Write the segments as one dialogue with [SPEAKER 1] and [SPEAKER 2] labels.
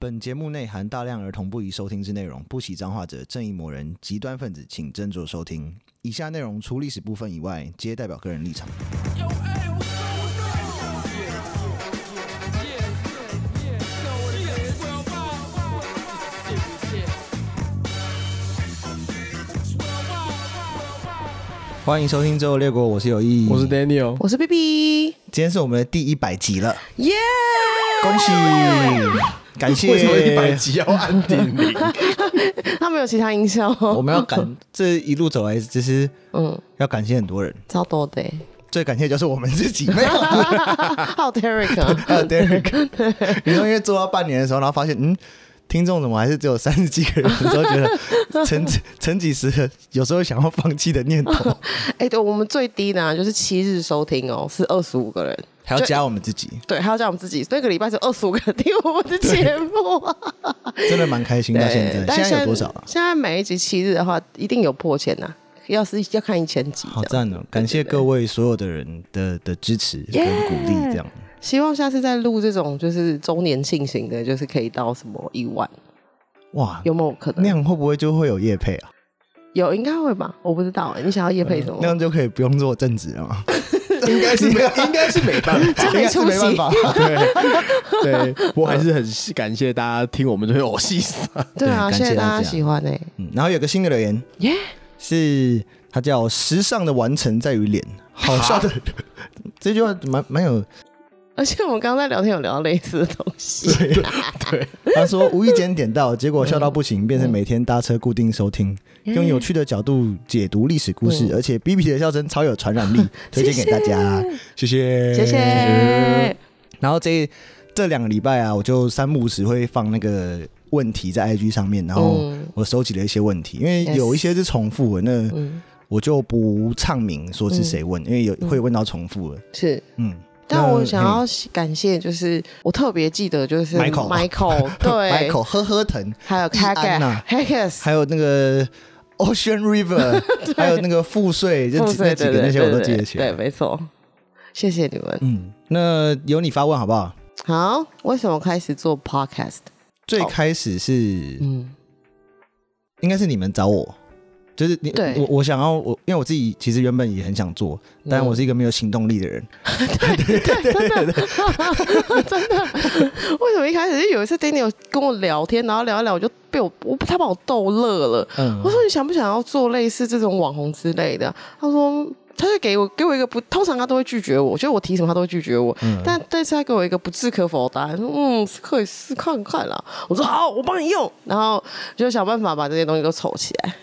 [SPEAKER 1] 本节目内含大量儿童不宜收听之内容，不喜脏话者、正义魔人、极端分子，请斟酌收听。以下内容除历史部分以外，皆代表个人立场。欢迎收听《之后列国》，我是有意，
[SPEAKER 2] 我是 Daniel，
[SPEAKER 3] 我是 B B，
[SPEAKER 1] 今天是我们的第一百集了，
[SPEAKER 3] 耶！
[SPEAKER 1] 恭 喜，感谢。
[SPEAKER 2] 为什么一百集要按定零？
[SPEAKER 3] 他们有其他音效哦，
[SPEAKER 1] 我们要感这一路走来，其实
[SPEAKER 3] 嗯，
[SPEAKER 1] 要感谢很多人，
[SPEAKER 3] 超多的 欸。
[SPEAKER 1] 最感谢就是我们自己。没 有，
[SPEAKER 3] 还有 Derek，啊
[SPEAKER 1] 还有 Derek，你说因为做到半年的时候，然后发现嗯，听众怎么还是只有三十几个人，的时候，觉 得曾曾几时的有时候想要放弃的念头，
[SPEAKER 3] 哎、对，我们最低的、啊、就是七日收听哦，是二十五个人。
[SPEAKER 1] 还要加我们自己，
[SPEAKER 3] 对，还要加我们自己，那个礼拜是二十五个人听我们的节目、啊。
[SPEAKER 1] 真的蛮开心。到现
[SPEAKER 3] 对
[SPEAKER 1] 在，
[SPEAKER 3] 但是
[SPEAKER 1] 现在有多少啊？
[SPEAKER 3] 现在每一集七日的话，一定有破千呐、啊要是要看一千集
[SPEAKER 1] 好
[SPEAKER 3] 的，
[SPEAKER 1] 赞哦！感谢各位所有的人的的支持跟鼓励，这样
[SPEAKER 3] 希望下次再录这种就是周年庆型的，就是可以到什么一万，
[SPEAKER 1] 哇，
[SPEAKER 3] 有没有可能？
[SPEAKER 1] 那样会不会就会有业配啊？
[SPEAKER 3] 有应该会吧，我不知道、欸。你想要夜配什么？
[SPEAKER 1] 那样就可以不用做正职了吗？
[SPEAKER 2] 应该 是没，应该是没办法。
[SPEAKER 3] 这可以出
[SPEAKER 1] 应
[SPEAKER 3] 席
[SPEAKER 1] 该是没办法。
[SPEAKER 2] 对，对我还是很感谢大家听我们这边偶戏撒。
[SPEAKER 3] 对
[SPEAKER 1] 对
[SPEAKER 3] 啊，
[SPEAKER 1] 感谢
[SPEAKER 3] 谢谢大
[SPEAKER 1] 大
[SPEAKER 3] 家
[SPEAKER 1] 家
[SPEAKER 3] 喜欢哎、
[SPEAKER 1] 嗯，然后有个新的留言
[SPEAKER 3] 耶、
[SPEAKER 1] 是，他叫“时尚的完成在于脸”，好笑的 这句话蛮蛮有。
[SPEAKER 3] 而且我们刚刚在聊天有聊到类似的东西，
[SPEAKER 1] 他说无意间点到，结果笑到不行，变成每天搭车固定收听，用有趣的角度解读历史故事，而且 B B 的笑声超有传染力，推荐给大家，谢谢，
[SPEAKER 3] 谢谢。
[SPEAKER 1] 然后这这两个礼拜啊，我就三不五时会放那个问题在 IG 上面，然后
[SPEAKER 3] 嗯
[SPEAKER 1] 我收集了一些问题，因为
[SPEAKER 3] Yes
[SPEAKER 1] 有一些是重复的，那
[SPEAKER 3] 嗯，
[SPEAKER 1] 我就不唱名说是谁问，因为有会问到重复的，
[SPEAKER 3] 是。
[SPEAKER 1] 嗯。
[SPEAKER 3] 但
[SPEAKER 1] 那
[SPEAKER 3] 我想
[SPEAKER 1] 嘿
[SPEAKER 3] 要感谢，就是我特别记得，就是
[SPEAKER 1] 嗯 Michael
[SPEAKER 3] Michael 对
[SPEAKER 1] Michael 呵呵疼，
[SPEAKER 3] 还有
[SPEAKER 1] 易安啊呐
[SPEAKER 3] Hack Hackers，
[SPEAKER 1] 还有那个 Ocean River，还有 那个赋税，就
[SPEAKER 3] 对
[SPEAKER 1] 那几个那些我都记得起
[SPEAKER 3] 对，
[SPEAKER 1] 来。
[SPEAKER 3] 没错。谢谢你们。
[SPEAKER 1] 嗯，那由你发问好不好？
[SPEAKER 3] 好，为什么开始做 podcast？
[SPEAKER 1] 最开始是
[SPEAKER 3] 嗯，
[SPEAKER 1] 应该是你们找我，就是你
[SPEAKER 3] 对
[SPEAKER 1] 我我想要我，因为我自己其实原本也很想做，但
[SPEAKER 3] 嗯
[SPEAKER 1] 我是一个没有行动力的人。
[SPEAKER 3] 为什么一开始就有一次 Daniel 跟我聊天，然后聊一聊，我就被我我他把我逗乐了。
[SPEAKER 1] 嗯
[SPEAKER 3] 我，说你想不想要做类似这种网红之类的？他说他就给我给我一个不，通常他都会拒绝我，就是我提什么他都会拒绝我。但但是他给我一个不置可否的答案，说嗯可以试看看啦。我说好，我帮你用，然后就想办法把这些东西都凑起来。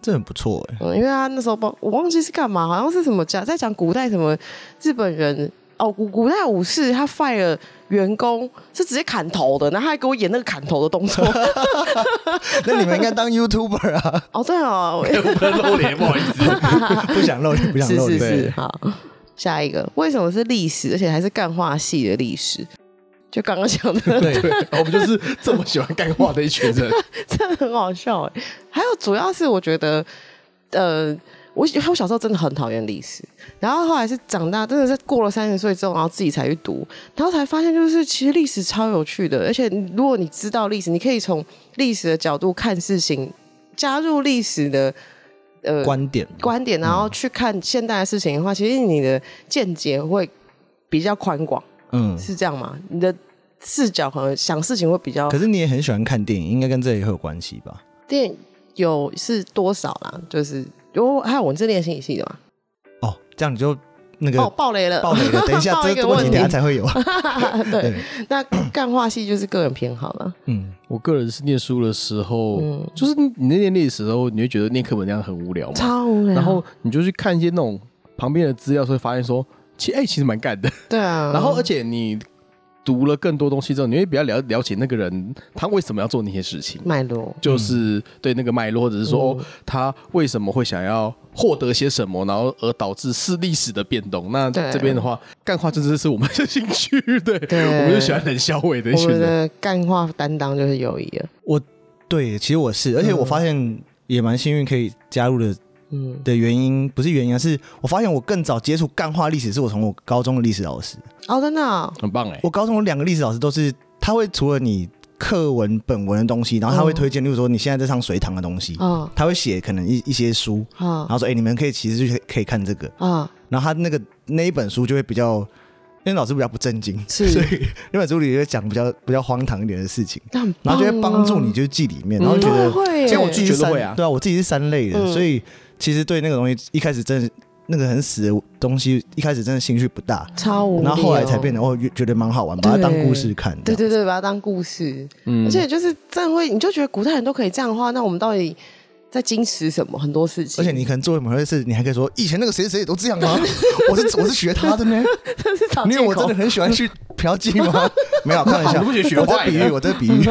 [SPEAKER 1] 这很不错哎、
[SPEAKER 3] 嗯，因为他那时候帮我忘记是干嘛，好像是什么讲在讲古代什么日本人哦，古古代武士他 fire 员工是直接砍头的，然后他还给我演那个砍头的动 作。
[SPEAKER 1] 那你们应该当 YouTuber 啊，
[SPEAKER 3] 哦，对 哦，
[SPEAKER 2] 我不能露脸，不好意 思。
[SPEAKER 1] 不想露脸，不想
[SPEAKER 3] 是
[SPEAKER 1] 露
[SPEAKER 3] 是
[SPEAKER 1] 脸。
[SPEAKER 3] 是，好，下一个为什么是历史，而且还是干化系的历史？就刚刚讲的，
[SPEAKER 1] 对，
[SPEAKER 2] 我们就是这么喜欢干话的一群人。
[SPEAKER 3] 真的很好笑哎。还有主要是我觉得，呃，我我小时候真的很讨厌历史，然后后来是长大，真的是过了三十岁之后，然后自己才去读，然后才发现就是其实历史超有趣的，而且你如果你知道历史，你可以从历史的角度看事情，加入历史的呃
[SPEAKER 1] 观点
[SPEAKER 3] 观点，然后去看现代的事情的话，其实你的见解会比较宽广，
[SPEAKER 1] 嗯，
[SPEAKER 3] 是这样吗？你的视角和想事情会比较
[SPEAKER 1] 可是你也很喜欢看电影，应该跟这也会有关系吧？
[SPEAKER 3] 电有是多少啦？就是有还有文字练心理系的嘛？
[SPEAKER 1] 哦，这样你就那个
[SPEAKER 3] 哦，爆雷了，
[SPEAKER 1] 爆雷了，等一下
[SPEAKER 3] 爆
[SPEAKER 1] 这
[SPEAKER 3] 一个
[SPEAKER 1] 个问
[SPEAKER 3] 问
[SPEAKER 1] 题
[SPEAKER 3] 题
[SPEAKER 1] 等一下才会有。
[SPEAKER 3] 对，那干化系就是个人偏好了。
[SPEAKER 1] 嗯，
[SPEAKER 2] 我个人是念书的时候，
[SPEAKER 3] 嗯
[SPEAKER 2] 就是你在念历史的时候，你会觉得念课本那样很无聊嘛？
[SPEAKER 3] 超无聊。
[SPEAKER 2] 然后你就去看一些那种旁边的资料，所以发现说，其哎、其实蛮干的。
[SPEAKER 3] 对啊，
[SPEAKER 2] 然后而且你读了更多东西之后，你会比较了了解那个人他为什么要做那些事情，
[SPEAKER 3] 脉络，
[SPEAKER 2] 就是对那个脉络，或者是
[SPEAKER 3] 嗯
[SPEAKER 2] 说、哦、他为什么会想要获得些什么，然后而导致是历史的变动。那
[SPEAKER 3] 对
[SPEAKER 2] 这边的话，干话真的是我们的兴趣，对，
[SPEAKER 3] 对
[SPEAKER 2] 我们就喜欢冷笑伟的一
[SPEAKER 3] 我
[SPEAKER 2] 群
[SPEAKER 3] 们
[SPEAKER 2] 人。
[SPEAKER 3] 的干化担当就是友谊了。
[SPEAKER 1] 对，其实我是，而且我发现也蛮幸运可以加入的
[SPEAKER 3] 嗯，
[SPEAKER 1] 的原因，不是原因啊，是我发现我更早接触干化历史，是我从我高中的历史老师。
[SPEAKER 3] 哦，真的哦
[SPEAKER 2] 很棒哎、
[SPEAKER 1] 我高中有两个历史老师都是，他会除了你课文本文的东西，然后他会推荐，例如说你现在在上隋唐的东西，
[SPEAKER 3] 嗯
[SPEAKER 1] 他会写可能一一些书，然
[SPEAKER 3] 啊
[SPEAKER 1] 后说哎、你们可以其实就可以看这个，
[SPEAKER 3] 啊，
[SPEAKER 1] 然后他那个那一本书就会比较，因为老师比较不正经，
[SPEAKER 3] 是
[SPEAKER 1] 所以那本书里就会讲比较比较荒唐一点的事情，
[SPEAKER 3] 那很
[SPEAKER 1] 然后就
[SPEAKER 3] 棒
[SPEAKER 1] 会帮
[SPEAKER 3] 啊
[SPEAKER 1] 助你就记里面，然后觉
[SPEAKER 3] 对
[SPEAKER 1] 得，
[SPEAKER 3] 嗯哦会耶，
[SPEAKER 1] 因为我自己是
[SPEAKER 2] 觉得
[SPEAKER 1] 三
[SPEAKER 2] 会啊
[SPEAKER 1] 对啊，我自己是三类的，
[SPEAKER 3] 嗯
[SPEAKER 1] 所以其实对那个东西一开始真的那个很死的东西，一开始真的兴趣不大，
[SPEAKER 3] 超无力哦，
[SPEAKER 1] 然后后来才变得哦，觉得蛮好玩，把它当故事看。
[SPEAKER 3] 对
[SPEAKER 1] 这样
[SPEAKER 3] 对对，把它当故事，
[SPEAKER 2] 嗯
[SPEAKER 3] 而且就是真的会，你就觉得古代人都可以这样的话，那我们到底在矜持什么？很多事情，
[SPEAKER 1] 而且 你可能做某些事，你还可以说以前那个谁谁也都这样吗？我是我是学他的呢，
[SPEAKER 3] 真是找
[SPEAKER 1] 因
[SPEAKER 3] 啊借
[SPEAKER 1] 为我真
[SPEAKER 3] 口
[SPEAKER 1] 的。很喜欢去嫖妓 吗？没有，开玩笑，
[SPEAKER 2] 啊你不许学
[SPEAKER 1] 我在
[SPEAKER 2] 坏
[SPEAKER 1] 比
[SPEAKER 2] 的
[SPEAKER 1] 喻，我在比喻。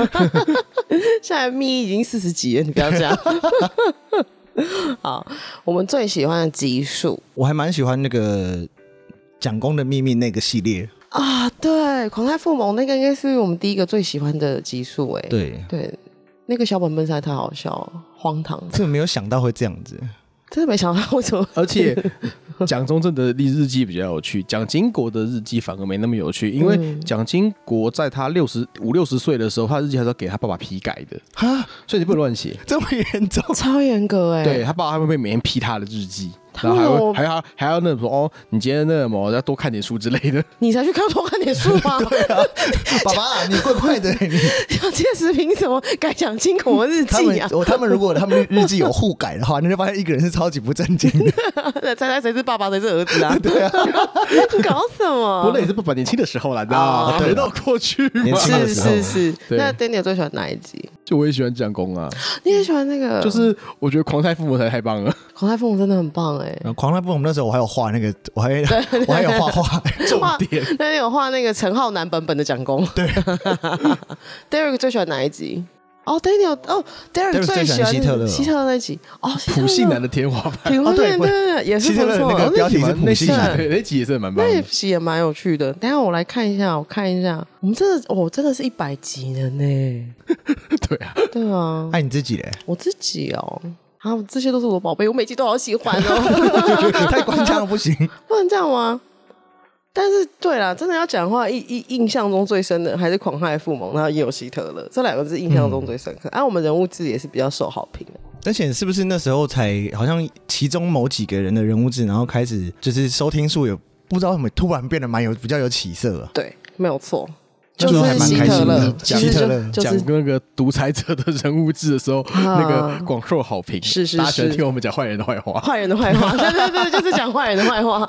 [SPEAKER 3] 现在咪已经四十几了，你不要这样。 好，我们最喜欢的集数
[SPEAKER 1] 我还蛮喜欢那个蒋公的秘密那个系列，
[SPEAKER 3] 啊，对，《狂太附萌》那个应该是我们第一个最喜欢的集数，哎，
[SPEAKER 1] 对，
[SPEAKER 3] 对，那个小本本实在太好笑了，荒唐，
[SPEAKER 1] 真的没有想到会这样子。
[SPEAKER 3] 真的没想到为什么
[SPEAKER 2] 而且蒋中正的历日记比较有趣，蒋经国的日记反而没那么有趣，因为
[SPEAKER 3] 嗯
[SPEAKER 2] 蒋经国在他六十五六十岁的时候，他日记还是要给他爸爸批改的，
[SPEAKER 1] 哈，
[SPEAKER 2] 所以你不能乱写。
[SPEAKER 1] 这么严重？啊
[SPEAKER 3] 超严格哎，
[SPEAKER 2] 对他爸爸还会每天批他的日记，
[SPEAKER 3] 他
[SPEAKER 2] 然后还
[SPEAKER 3] 有
[SPEAKER 2] 会还要还要那种说哦，你今天那什么要多看点书之类的。
[SPEAKER 3] 你才去看多看点书 吗？
[SPEAKER 1] 爸爸，你怪怪 的。你
[SPEAKER 3] 蒋介石凭什么改蒋经国日
[SPEAKER 1] 他
[SPEAKER 3] 记
[SPEAKER 1] 们
[SPEAKER 3] 啊？
[SPEAKER 1] 我他们如果他们日记有互改的话，那 就发现一个人是超级不正经 的。
[SPEAKER 3] 猜猜谁是爸爸，谁是 儿子啊？对啊， 你搞什么？
[SPEAKER 2] 不过那也是爸爸年轻的时候啦，你知道
[SPEAKER 1] 啊
[SPEAKER 2] 吗？
[SPEAKER 1] 对
[SPEAKER 2] 回到过去嘛，
[SPEAKER 1] 年轻的
[SPEAKER 3] 是
[SPEAKER 1] 时候啊
[SPEAKER 3] 是是。
[SPEAKER 2] 对
[SPEAKER 3] 那 Daniel 最喜欢哪一集？
[SPEAKER 2] 就我也喜欢蒋公啊，
[SPEAKER 3] 你也喜欢那个？
[SPEAKER 2] 就是我觉得狂太父母才太棒了，
[SPEAKER 3] 孔太凤真的很棒哎。
[SPEAKER 1] 然后狂乱部门那时候我还有画那个，我还 我还有画画。
[SPEAKER 2] 重
[SPEAKER 3] 画
[SPEAKER 2] 点。
[SPEAKER 3] 那你有画那个陈浩南本本的蒋公？对。Derek 最喜欢哪一集？哦，Daniel 哦，Derek
[SPEAKER 1] Derek 最喜欢
[SPEAKER 3] 喜欢
[SPEAKER 1] 希特勒哦
[SPEAKER 3] 希特勒那集哦，希特
[SPEAKER 2] 普
[SPEAKER 3] 勒
[SPEAKER 2] 信男的天花板，
[SPEAKER 3] 挺
[SPEAKER 1] 哦
[SPEAKER 3] 关
[SPEAKER 1] 对
[SPEAKER 3] 键
[SPEAKER 1] 不
[SPEAKER 3] 的，也是
[SPEAKER 1] 希特
[SPEAKER 3] 不
[SPEAKER 1] 勒的
[SPEAKER 3] 错。
[SPEAKER 1] 那个标题是普
[SPEAKER 2] 那集
[SPEAKER 1] 信
[SPEAKER 3] 男
[SPEAKER 2] 对那集也是蛮棒
[SPEAKER 3] 那一
[SPEAKER 2] 的。
[SPEAKER 3] 集也蛮有趣的，等一下我来看一下，我看一下，我们真的，我、真的是一百集了 呢。
[SPEAKER 2] 对啊，
[SPEAKER 3] 对啊，
[SPEAKER 1] 哎爱你自己嘞，
[SPEAKER 3] 我自己哦，啊，这些都是我的宝贝，我每集都好喜欢 哦，
[SPEAKER 1] 太官腔了不行。
[SPEAKER 3] 不能这样吗？但是对啦，真的要讲的话，印印印象中最深的还是《狂派附萌》，然后也有希特勒，这两个是印象中最深刻。啊，我们人物志也是比较受好评的。
[SPEAKER 1] 而且是不 是那时候才好像其中某几个人的人物志，然后开始就是收听数有不知道为什么突然变得蛮有比较有起色啊了。
[SPEAKER 3] 对，没有错，
[SPEAKER 1] 那
[SPEAKER 3] 就
[SPEAKER 1] 时候还
[SPEAKER 3] 是
[SPEAKER 1] 蛮
[SPEAKER 3] 希
[SPEAKER 1] 开
[SPEAKER 3] 特
[SPEAKER 1] 心的
[SPEAKER 3] 勒，其
[SPEAKER 1] 希
[SPEAKER 3] 实
[SPEAKER 1] 特
[SPEAKER 3] 就
[SPEAKER 1] 勒
[SPEAKER 3] 就是
[SPEAKER 2] 讲那个独裁者的人物志的时候，那个广受好评，
[SPEAKER 3] 是是
[SPEAKER 2] 大家喜欢
[SPEAKER 3] 是
[SPEAKER 2] 听我们讲坏人的坏话。
[SPEAKER 3] 坏人的 坏话，对对对，就是讲坏人的坏话。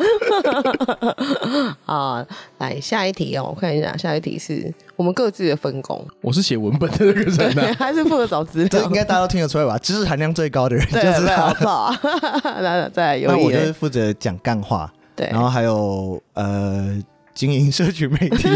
[SPEAKER 3] 啊，来下一题哦，我看一下，下一题是我们各自的分工，
[SPEAKER 2] 我是写文本的那个人
[SPEAKER 3] 对，
[SPEAKER 2] 啊，
[SPEAKER 3] 还是负责找资
[SPEAKER 1] 这
[SPEAKER 3] 料
[SPEAKER 1] 应？该大家都听得出 来吧？知识含量最高的人就
[SPEAKER 3] 对，
[SPEAKER 1] 是
[SPEAKER 3] 没有
[SPEAKER 1] 他。
[SPEAKER 3] 错。 来来，再来
[SPEAKER 1] 那
[SPEAKER 3] 有
[SPEAKER 1] 我
[SPEAKER 3] 一
[SPEAKER 1] 就是
[SPEAKER 3] 人，
[SPEAKER 1] 负责讲干话，
[SPEAKER 3] 对，
[SPEAKER 1] 然后还有呃经营社群媒 体，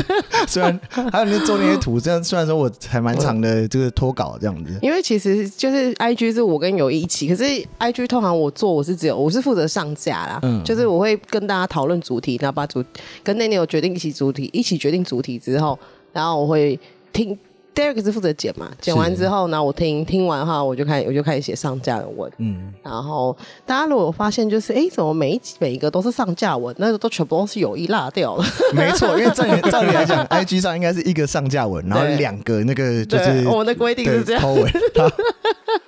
[SPEAKER 1] 虽然还有那做那些图，这样虽然说我还蛮长的，就是脱稿这样子。
[SPEAKER 3] 因为其实就是 I G 是我跟友谊一起，可是 I G 通常我做我是只有我是负责上架啦，
[SPEAKER 1] 嗯
[SPEAKER 3] 就是我会跟大家讨论主题，然后把主跟那天有决定一起主题，一起决定主题之后，然后我会听 Derek 是负责剪嘛，剪完之后呢，我听听完哈，我就开我就开始写上架的文。
[SPEAKER 1] 嗯，
[SPEAKER 3] 然后大家如果有发现就是，哎，怎么每一集每一个都是上架文，那个都全部都是有意落掉了。
[SPEAKER 1] 没错，因为照理照理来 讲，IG 上应该是一个上架文，然后
[SPEAKER 3] 对
[SPEAKER 1] 两个那个就
[SPEAKER 3] 对
[SPEAKER 1] 是
[SPEAKER 3] 我们的规定是
[SPEAKER 1] 对
[SPEAKER 3] 这样
[SPEAKER 1] 抛文，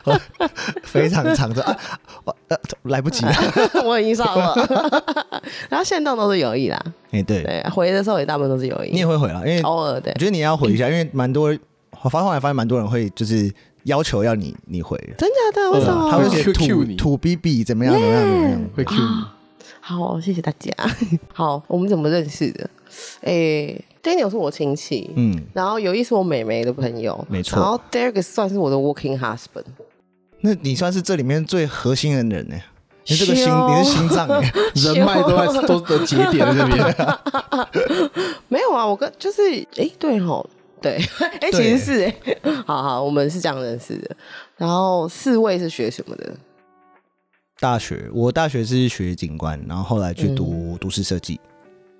[SPEAKER 1] 好 非常长的啊，我呃来不及了。
[SPEAKER 3] 我已经上了， 然后现动都是有意啦，
[SPEAKER 1] 哎，对，
[SPEAKER 3] 对，回的时候也大部分都是有意。
[SPEAKER 1] 你也会回了，因为
[SPEAKER 3] 偶尔的
[SPEAKER 1] 我，觉得你要回一下，因为蛮多，我发后来发现蛮多人会就是要求要你你回，啊
[SPEAKER 3] 真假的？为什么？
[SPEAKER 1] 嗯他会
[SPEAKER 2] 会
[SPEAKER 1] 写
[SPEAKER 2] Q- Q
[SPEAKER 1] 土
[SPEAKER 2] 你
[SPEAKER 1] 土 B B 怎么样怎么样怎么样。
[SPEAKER 2] 会 Q 你。
[SPEAKER 3] 好，谢谢大家。 好，我们怎么认识的？诶、d a n i e l 是我亲戚，
[SPEAKER 1] 嗯，
[SPEAKER 3] 然后有一是我妹妹的朋友，
[SPEAKER 1] 没错
[SPEAKER 3] 然后 Derek 算是我的 working husband，
[SPEAKER 1] 那你算是这里面最核心的人呢、你这个心，
[SPEAKER 3] 羞
[SPEAKER 1] 你是心脏、欸，
[SPEAKER 2] 人脉都在都都节点在这边，
[SPEAKER 3] 没有啊，我跟就是诶、对吼，对，诶、其实是诶、好好，我们是这样认识的。然后四位是学什么的？
[SPEAKER 1] 大学，我大学是学景观，然后后来去读都市设计，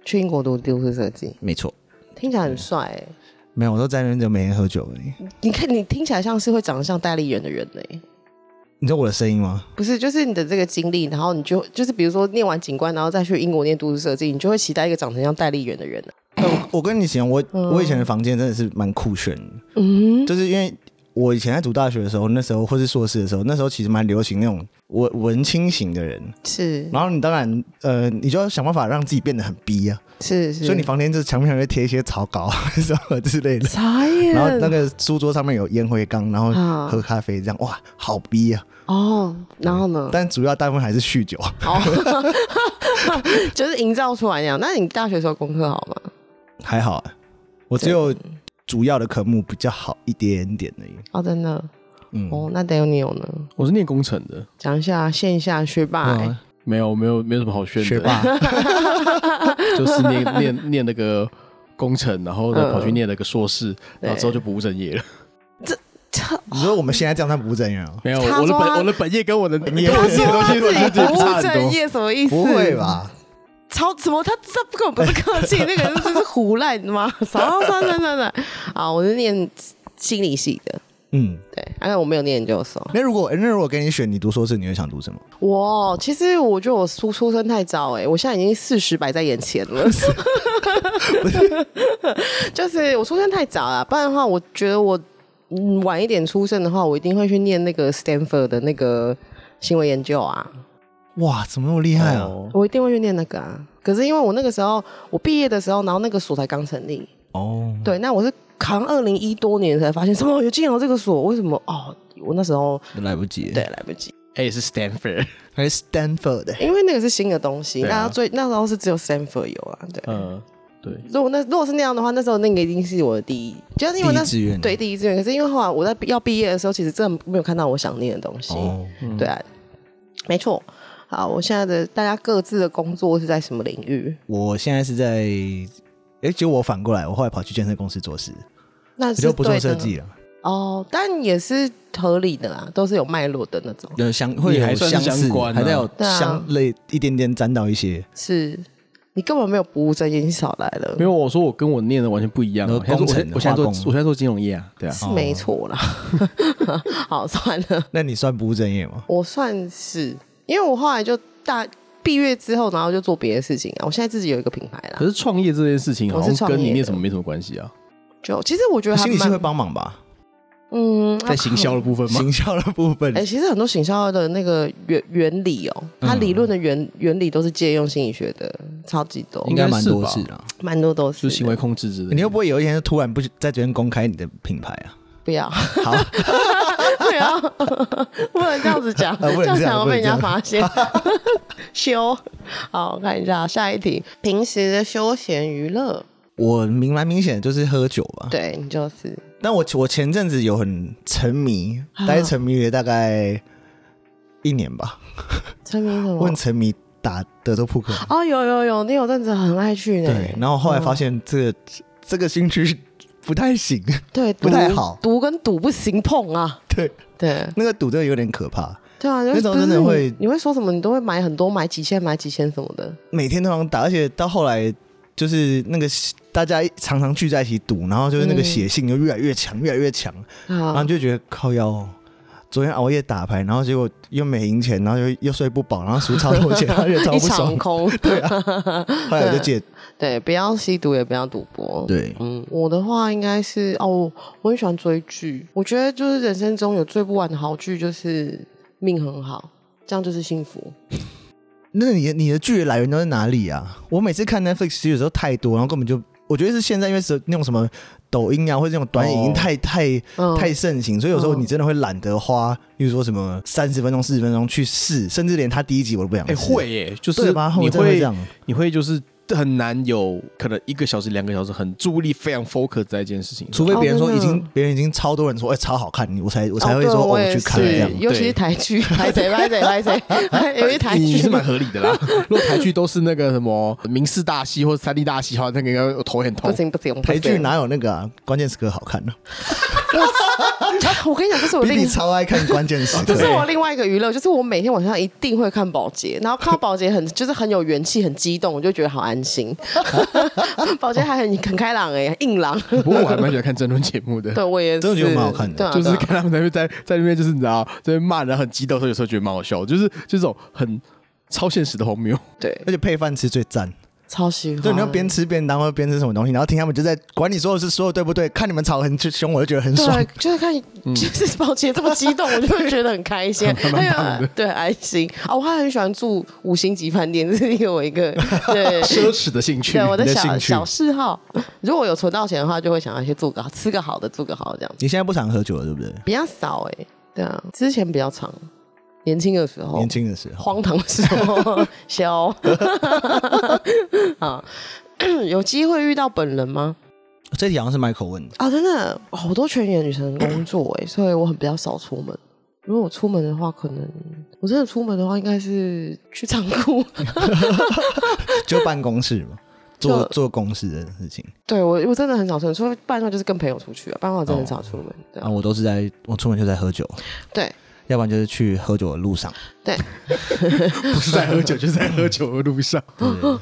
[SPEAKER 3] 去英国读都市设计，
[SPEAKER 1] 没错。
[SPEAKER 3] 听起来很帅、诶
[SPEAKER 1] 没有，我都在那边就每天喝酒而已。
[SPEAKER 3] 你看你听起来像是会长得像戴立人的人呢、诶
[SPEAKER 1] 你知道我的声音 吗？
[SPEAKER 3] 不是，就是你的这个经历，然后你就就是比如说念完警官，然后再去英国念都市设计，你就会期待一个长成像戴立人的人、啊。
[SPEAKER 1] 我跟你形容，我我以前的房间真的是蛮酷炫的，
[SPEAKER 3] 嗯，
[SPEAKER 1] 就是因为我以前在读大学的时候，那时候或是硕士的时候，那时候其实蛮流行那种文文青型的人，
[SPEAKER 3] 是
[SPEAKER 1] 然后你当然呃，你就要想办法让自己变得很逼啊，
[SPEAKER 3] 是是，
[SPEAKER 1] 所以你房间就墙壁上会贴一些草稿啊 什么之类的。
[SPEAKER 3] 傻眼，
[SPEAKER 1] 然后那个书桌上面有烟灰缸，然后
[SPEAKER 3] 啊
[SPEAKER 1] 喝咖啡，这样哇，好逼啊！
[SPEAKER 3] 哦，然后 呢？
[SPEAKER 1] 但主要大部分还是酗酒。
[SPEAKER 3] 哦， 就是营造出来那样。那你大学的时候功课好 吗？
[SPEAKER 1] 还好、啊，我只有主要的科目比较好一点点而已。
[SPEAKER 3] 哦，真的，
[SPEAKER 1] 嗯，
[SPEAKER 3] 哦，那 Daniel 呢？
[SPEAKER 2] 我是念工程的，
[SPEAKER 3] 讲一下线下学霸、欸，
[SPEAKER 2] 啊没有没有没有什么好炫的，
[SPEAKER 1] 学 霸
[SPEAKER 2] 就是念念念那个工程，然后呢
[SPEAKER 3] 嗯
[SPEAKER 2] 跑去念了个硕士，然后
[SPEAKER 3] 对
[SPEAKER 2] 之后就不务正业了。
[SPEAKER 1] 你说我们现在这样算啊不务正业 吗？
[SPEAKER 2] 没有，
[SPEAKER 3] 他
[SPEAKER 2] 我的
[SPEAKER 3] 说他
[SPEAKER 2] 本我的本业跟我的
[SPEAKER 1] 你
[SPEAKER 2] 念
[SPEAKER 1] 也
[SPEAKER 2] 的
[SPEAKER 1] 他说
[SPEAKER 2] 东西我觉得
[SPEAKER 3] 啊自己不
[SPEAKER 2] 差
[SPEAKER 3] 务
[SPEAKER 2] 很
[SPEAKER 3] 正
[SPEAKER 2] 多。
[SPEAKER 3] 业什么意思？
[SPEAKER 1] 不会？吧？
[SPEAKER 3] 超什么？他这不根本不是客气，那个人就是胡乱吗？啥啥啥啥啥啊！我是念心理系的，
[SPEAKER 1] 嗯，
[SPEAKER 3] 对，而且我没有念研究所。
[SPEAKER 1] 那如果那如果给你选，你读硕士，你会想读什么？
[SPEAKER 3] 我其实我觉得我出出生太早哎、欸，我现在已经四十摆在眼前了， 就是我出生太早了，不然的话，我觉得我嗯晚一点出生的话，我一定会去念那个 Stanford 的那个行为研究啊，
[SPEAKER 1] 哇，怎么那么厉害啊？
[SPEAKER 2] 哦
[SPEAKER 3] 我一定会去念那个啊。可是因为我那个时候我毕业的时候，然后那个所才刚成立，
[SPEAKER 1] 哦，
[SPEAKER 3] 对，那我是好像二零一多年才发现什么有竟然有这个所，为什么哦？我那时候
[SPEAKER 1] 来不及。
[SPEAKER 3] 对，来不及，
[SPEAKER 2] 哎，是 Stanford，
[SPEAKER 1] 还是 Stanford 的、
[SPEAKER 3] 因为那个是新的东西，
[SPEAKER 2] 对啊
[SPEAKER 3] 那最那时候是只有 Stanford 有啊，对。
[SPEAKER 2] 嗯，对，
[SPEAKER 3] 如果那如果是那样的话，那时候那个一定是我的第一，就是因为那
[SPEAKER 1] 第一志愿
[SPEAKER 3] 对第一志愿。可是因为后来我在要毕业的时候，其实真的没有看到我想念的东西。
[SPEAKER 1] 哦，
[SPEAKER 3] 对啊，没错。好，我现在的大家各自的工作是在什么领域？
[SPEAKER 1] 我现在是在，哎、结果我反过来，我后来跑去健身公司做事，
[SPEAKER 3] 那
[SPEAKER 1] 我
[SPEAKER 3] 是
[SPEAKER 1] 就不做
[SPEAKER 3] 对的
[SPEAKER 1] 设计了。
[SPEAKER 3] 哦，但也是合理的啦，都是有脉络的那种。
[SPEAKER 1] 有相会
[SPEAKER 2] 你
[SPEAKER 1] 有
[SPEAKER 2] 还算是
[SPEAKER 1] 相似，
[SPEAKER 2] 相关啊
[SPEAKER 1] 还在有
[SPEAKER 3] 对啊
[SPEAKER 1] 相类一点点沾到一些。
[SPEAKER 3] 是你根本没有不务正业，你少来了
[SPEAKER 2] 没，有，我说我跟我念的完全不一样啊。
[SPEAKER 1] 那
[SPEAKER 2] 我
[SPEAKER 3] 呃
[SPEAKER 2] 现在做
[SPEAKER 1] 工程的
[SPEAKER 2] 我现在做
[SPEAKER 1] 化
[SPEAKER 2] 我
[SPEAKER 1] 工
[SPEAKER 2] 现在做金融业啊，对啊。
[SPEAKER 3] 是没错 啦。好，算了。
[SPEAKER 1] 那你算不务正业吗？
[SPEAKER 3] 我算是，因为我后来就大毕业之后，然后就做别的事情啊。我现在自己有一个品牌啦
[SPEAKER 2] 可，是创业这件事情好
[SPEAKER 3] 啊我是
[SPEAKER 2] 像
[SPEAKER 3] 创
[SPEAKER 2] 跟
[SPEAKER 3] 业
[SPEAKER 2] 你念
[SPEAKER 3] 的
[SPEAKER 2] 什么没什么关系啊，
[SPEAKER 3] 就其实我觉得还
[SPEAKER 1] 心理系会
[SPEAKER 3] 蛮
[SPEAKER 1] 帮忙吧？
[SPEAKER 3] 嗯，
[SPEAKER 2] 在行销的部分吗？
[SPEAKER 1] 行销的部分
[SPEAKER 3] 哎、，其实很多行销的那个原原理哦、
[SPEAKER 2] 嗯
[SPEAKER 3] 它理论的原原理都是借用心理学的，超级多，
[SPEAKER 1] 应该蛮多
[SPEAKER 2] 应该
[SPEAKER 1] 次
[SPEAKER 2] 是
[SPEAKER 1] 啦。
[SPEAKER 3] 蛮多都是
[SPEAKER 2] 就是行
[SPEAKER 3] 的
[SPEAKER 2] 为控制之类的。
[SPEAKER 1] 你又不会有一天突然不在这边公开你的品牌啊？
[SPEAKER 3] 不要
[SPEAKER 1] 好，
[SPEAKER 3] 不 要，啊不能这样子讲，
[SPEAKER 1] 呃不能这样
[SPEAKER 3] 样讲会被人家
[SPEAKER 1] 不
[SPEAKER 3] 发现。 修，好，我看一下下一题，平时的休闲娱乐，
[SPEAKER 1] 我明蛮明显的就是喝酒吧。
[SPEAKER 3] 对你就是
[SPEAKER 1] 但我我前阵子有很沉迷，大
[SPEAKER 3] 啊
[SPEAKER 1] 概沉迷了大概一年吧。
[SPEAKER 3] 沉迷什么？
[SPEAKER 1] 我很沉迷打德州扑克，
[SPEAKER 3] 哦，有有有，你有阵子很爱去呢。
[SPEAKER 1] 对。然后后来
[SPEAKER 3] 嗯
[SPEAKER 1] 发现这个这个兴趣不太行，
[SPEAKER 3] 对，
[SPEAKER 1] 不太
[SPEAKER 3] 赌
[SPEAKER 1] 好
[SPEAKER 3] 赌跟赌不行碰啊。
[SPEAKER 1] 对，
[SPEAKER 3] 对
[SPEAKER 1] 那个赌真的有点可怕。
[SPEAKER 3] 对啊，
[SPEAKER 1] 那种
[SPEAKER 3] 不是
[SPEAKER 1] 真的
[SPEAKER 3] 你
[SPEAKER 1] 会
[SPEAKER 3] 你会说什么？你都会买很多，买几千，买几千什么的。
[SPEAKER 1] 每天都想打，而且到后来就是那个大家常常聚在一起赌，然后就是那个
[SPEAKER 3] 嗯
[SPEAKER 1] 血性就越来越强，越来越强。然后
[SPEAKER 3] 啊
[SPEAKER 1] 你，就觉得靠腰、哦，昨天熬夜打牌，然后结果又没赢钱，然后又又睡不饱，然后输超多钱， 然后又超
[SPEAKER 3] 一
[SPEAKER 1] 不爽
[SPEAKER 3] 场。空。对
[SPEAKER 1] 后来我就戒，
[SPEAKER 3] 不要吸毒，也不要赌博。，
[SPEAKER 1] 对，
[SPEAKER 3] 嗯，我的话应该是哦，我很喜欢追剧。我觉得就是人生中有追不完的好剧，就是命很好，这样就是幸福。
[SPEAKER 1] 那你的你的剧的来源都在哪里啊？我每次看 Netflix 剧的时候太多，然后根本就我觉得是现在因为是那种什么抖音啊，或者那种短影音
[SPEAKER 2] 哦
[SPEAKER 1] 太太
[SPEAKER 3] 嗯，
[SPEAKER 1] 太盛行，所以有时候
[SPEAKER 3] 嗯
[SPEAKER 1] 你真的会懒得花，例如说什么三十分钟、四十分钟去试，甚至连他第一集我都不想
[SPEAKER 2] 哎
[SPEAKER 1] 试。
[SPEAKER 2] 会耶，就是
[SPEAKER 1] 对吧？
[SPEAKER 2] 你
[SPEAKER 1] 我真的会这样，
[SPEAKER 2] 你会就是很难有可能一个小时、两个小时很注意力非常 focus 在一件事情上。
[SPEAKER 1] 除非别人说
[SPEAKER 3] 哦
[SPEAKER 1] 已
[SPEAKER 3] 真的
[SPEAKER 1] 经别人已经超多人说哎超好看，你我才我才会
[SPEAKER 3] 对
[SPEAKER 1] 说哦
[SPEAKER 3] 我
[SPEAKER 1] 我
[SPEAKER 3] 也
[SPEAKER 1] 去看
[SPEAKER 3] 是
[SPEAKER 1] 这样。
[SPEAKER 3] 尤其是
[SPEAKER 2] 对
[SPEAKER 3] 台剧，拍谁拍谁拍 谁，尤其是台
[SPEAKER 2] 你
[SPEAKER 3] 剧
[SPEAKER 2] 是蛮合理的啦。 如果台剧都是那个什么明视大戏或者三 D 大戏的话，那个应该头很
[SPEAKER 3] 不
[SPEAKER 2] 痛。
[SPEAKER 3] 行不行，不行
[SPEAKER 1] 台剧？ 哪有那个啊？关键时刻好看呢、
[SPEAKER 3] 我跟你讲，这是我
[SPEAKER 1] 比
[SPEAKER 3] 另
[SPEAKER 1] 比超爱看关键时刻。
[SPEAKER 3] 这是
[SPEAKER 2] 对
[SPEAKER 3] 我另外一个娱乐，就是我每天晚上一定会看宝洁，然后看到 宝洁很就是很有元气、很激动，我就觉得好安心。 宝洁还很很开朗哎、硬朗。
[SPEAKER 2] 不过我还蛮喜欢看争论节目的，
[SPEAKER 3] 对我也是
[SPEAKER 1] 真的觉得蛮好看的
[SPEAKER 3] 对啊、
[SPEAKER 2] 就是
[SPEAKER 3] 对啊
[SPEAKER 2] 看他们在那边在在那边就是你知道在那边骂人很激动的时候，有时候觉得蛮好笑的，就是这种很超现实的荒谬。
[SPEAKER 3] 对
[SPEAKER 1] 而且配饭吃最赞，
[SPEAKER 3] 超喜欢。
[SPEAKER 1] 对，你要边吃便当或者边吃什么东西，然后听他们就在管你说的是说的对不对，看你们吵很凶，我就觉得很爽嗯
[SPEAKER 3] 对。，就是看，就是抱歉这么激 动，我就会觉得很开心，还有对安心啊，我还很喜欢住五星级饭店，这是一个我一 个对
[SPEAKER 2] 奢侈的兴趣，
[SPEAKER 3] 对我
[SPEAKER 2] 你的
[SPEAKER 3] 小
[SPEAKER 2] 兴趣
[SPEAKER 3] 小嗜好。如果有存到钱的话，就会想要去做个吃个好的，住个好的这样子，
[SPEAKER 1] 你现在不常喝酒了，对不对？
[SPEAKER 3] 比较少哎、对啊，之前比较长，年轻的时候，
[SPEAKER 1] 年轻的时候，
[SPEAKER 3] 荒唐的时 候 消啊。 有机会遇到本人吗？
[SPEAKER 1] 这题好像是 Michael 问的。
[SPEAKER 3] 啊，真的好多全员女生工作哎、所以我很比较少出门。如果我出门的话，可能我真的出门的话，应该是去仓库。
[SPEAKER 1] 就办公室嘛，
[SPEAKER 3] 就
[SPEAKER 1] 做做公事的事情
[SPEAKER 3] 对我，我真的很少出门，除非办的话就是跟朋友出去啊，办的话我真的很少出门。对
[SPEAKER 2] 哦
[SPEAKER 1] 啊，我都是在我出门就在喝酒，
[SPEAKER 3] 对
[SPEAKER 1] 要不然就是去喝酒的路上。
[SPEAKER 3] 对，
[SPEAKER 2] 不是在喝酒，就是在喝酒的路上，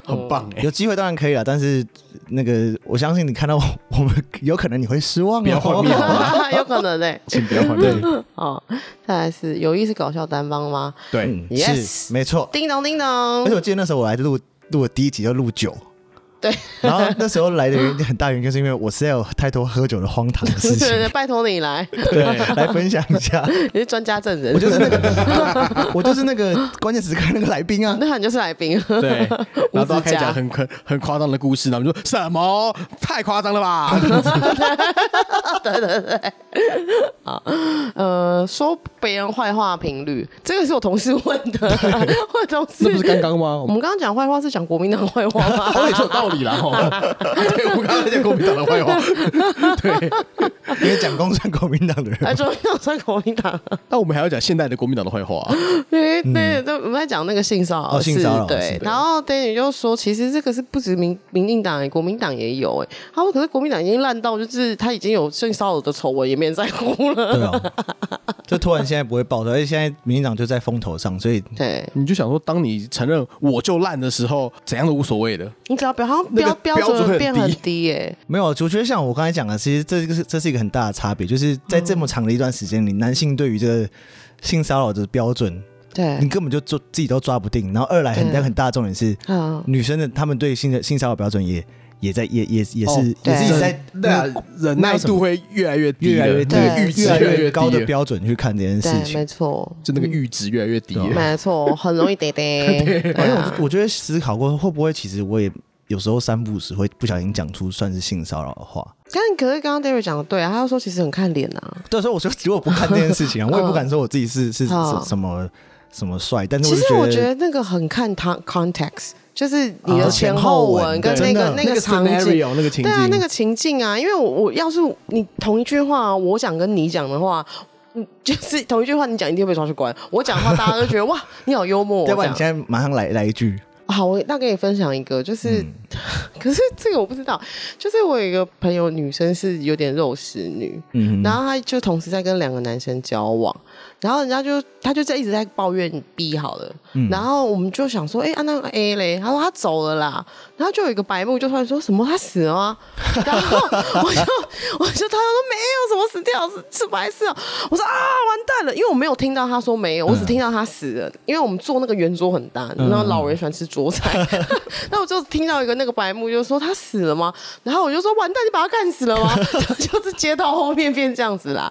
[SPEAKER 2] 很棒哎、
[SPEAKER 1] 有机会当然可以啊，但是那个我相信你看到我我们有可能你会失望、哦，
[SPEAKER 2] 不要幻灭好吧
[SPEAKER 3] 有可能嘞、
[SPEAKER 2] 请不要换对
[SPEAKER 3] 哦，再来是有意思搞笑单方吗？
[SPEAKER 2] 对，
[SPEAKER 1] 嗯
[SPEAKER 3] Yes
[SPEAKER 1] 是没错。
[SPEAKER 3] 叮咚叮
[SPEAKER 1] 而且
[SPEAKER 3] 咚，
[SPEAKER 1] 我记得那时候我来录录的第一集就录酒，
[SPEAKER 3] 对，
[SPEAKER 1] 然后那时候来的原因很大原因就是因为我实在有太多喝酒的荒唐的事
[SPEAKER 3] 对
[SPEAKER 1] 情，
[SPEAKER 3] 对，拜托你来，
[SPEAKER 1] 对，来分享一下。
[SPEAKER 3] 你是专家证人，
[SPEAKER 1] 我就是那个对啊，我就是那个关键时刻那个来宾啊，
[SPEAKER 3] 那你就是来宾。
[SPEAKER 2] 对，然后都要开始
[SPEAKER 3] 无指甲
[SPEAKER 2] 讲很很很夸张的故事，然后我们就说什么太夸张了 吧？
[SPEAKER 3] 呃，说别人坏话频率，这个是我同事问的，我同事
[SPEAKER 2] 这不是刚刚 吗？我哎
[SPEAKER 3] 我
[SPEAKER 2] 们
[SPEAKER 3] 们刚刚讲坏话是讲国民党坏话 吗？
[SPEAKER 2] 哦好像也是有道理啦，吼。对，我们刚才讲国民党的坏话， 对，
[SPEAKER 1] 因为蒋公算国民党的人，
[SPEAKER 3] 哎，中央算国民党，
[SPEAKER 2] 那我们还要讲现代的国民党的坏话啊，
[SPEAKER 3] 因为对，那我们在讲那个性骚扰
[SPEAKER 1] 哦
[SPEAKER 3] 的事，
[SPEAKER 1] 性骚扰是
[SPEAKER 3] 对。然后 Danny 就说，其实这个是不止民民进党，国民党也有哎。他说，可是国民党已经烂到，就是他已经有性骚扰的丑闻，也没人在乎了。
[SPEAKER 1] 对啊，就突然现在不会爆的，而且现在民进党就在风头上，所以
[SPEAKER 3] 对
[SPEAKER 2] 你就想说，当你承认我就烂的时候，怎样都无所谓的。
[SPEAKER 3] 你只要标，好像
[SPEAKER 2] 那
[SPEAKER 3] 标
[SPEAKER 2] 个
[SPEAKER 3] 标
[SPEAKER 2] 标准会
[SPEAKER 3] 准
[SPEAKER 2] 很
[SPEAKER 3] 变
[SPEAKER 2] 低
[SPEAKER 3] 很低哎，
[SPEAKER 1] 没有，啊我觉得像我刚才讲的，其实这个是这是一个很大的差别，就是在这么长的一段时间里，男性对于这个性骚扰的标准，你
[SPEAKER 3] 对
[SPEAKER 1] 根本就做自己都抓不定。然后二来很
[SPEAKER 3] 对
[SPEAKER 1] 很大的重点是，
[SPEAKER 3] 啊，
[SPEAKER 1] 女生的她们对性的性骚扰标准也也在也也也是、
[SPEAKER 2] 哦
[SPEAKER 1] 也是一直
[SPEAKER 3] 对
[SPEAKER 1] 在
[SPEAKER 2] 对啊，忍耐度会越来越低的，
[SPEAKER 1] 越来越
[SPEAKER 3] 对
[SPEAKER 2] 那个阈值
[SPEAKER 1] 越来
[SPEAKER 2] 啊越来
[SPEAKER 1] 越高的
[SPEAKER 2] 低了，
[SPEAKER 1] 标准去看这件事
[SPEAKER 3] 对，
[SPEAKER 1] 情
[SPEAKER 3] 没。错，
[SPEAKER 2] 就那个阈值越来越低了。
[SPEAKER 3] 没错，很容易跌跌。对
[SPEAKER 1] 而且
[SPEAKER 3] 啊
[SPEAKER 1] 我我觉得思考过，会不会其实我也有时候三不五时会不小心讲出算是性骚扰的话。
[SPEAKER 3] 但可是刚刚 David 讲的对啊，他就说其实很看脸啊。
[SPEAKER 1] 对，所以我说，如果不看这件事情 啊，我也不敢说我自己是是是
[SPEAKER 3] 嗯
[SPEAKER 1] 什么什么帅，但是
[SPEAKER 3] 其
[SPEAKER 1] 我
[SPEAKER 3] 实
[SPEAKER 1] 就
[SPEAKER 3] 我
[SPEAKER 1] 觉
[SPEAKER 3] 觉
[SPEAKER 1] 得
[SPEAKER 3] 得那个很看他 context，就是你
[SPEAKER 1] 啊
[SPEAKER 3] 的前后
[SPEAKER 1] 前后文
[SPEAKER 3] 文跟那
[SPEAKER 1] 对
[SPEAKER 3] 个
[SPEAKER 1] 真的
[SPEAKER 3] 个场景。
[SPEAKER 2] scenario 啊那个情
[SPEAKER 3] 对啊，
[SPEAKER 2] 境，
[SPEAKER 3] 那个情境啊，因为我我要是你同一句话，啊我讲跟你讲的话，嗯，就是同一句话，你讲一定会被抓去关。我讲的话，大家都觉得哇，你好幽 默、哦。
[SPEAKER 1] 要不然
[SPEAKER 3] 这
[SPEAKER 1] 你
[SPEAKER 3] 样
[SPEAKER 1] 现在马上来来一句，
[SPEAKER 3] 好，我那跟你分享一个，就是， 可是这个我不知道，就是我有一个朋友，女生是有点肉食女，
[SPEAKER 1] 嗯，
[SPEAKER 3] 然后她就同时在跟两个男生交往，然后人家就她就在一直在抱怨 B 好了，然后我们就想说，哎、啊那个 A 嘞，她说她走了啦，然后就有一个白目就突然说什么她死了吗？然后我就我就她说没有，怎么死掉是是白痴哦，我说啊完蛋了，因为我没有听到她说没有，我只听到她死了，因为我们坐那个圆桌很大，然后老人喜欢吃桌菜，那我就听到一个那个白目就说他死了吗？然后我就说完蛋，你把他干死了吗？ 就是接到后面变这样子啦，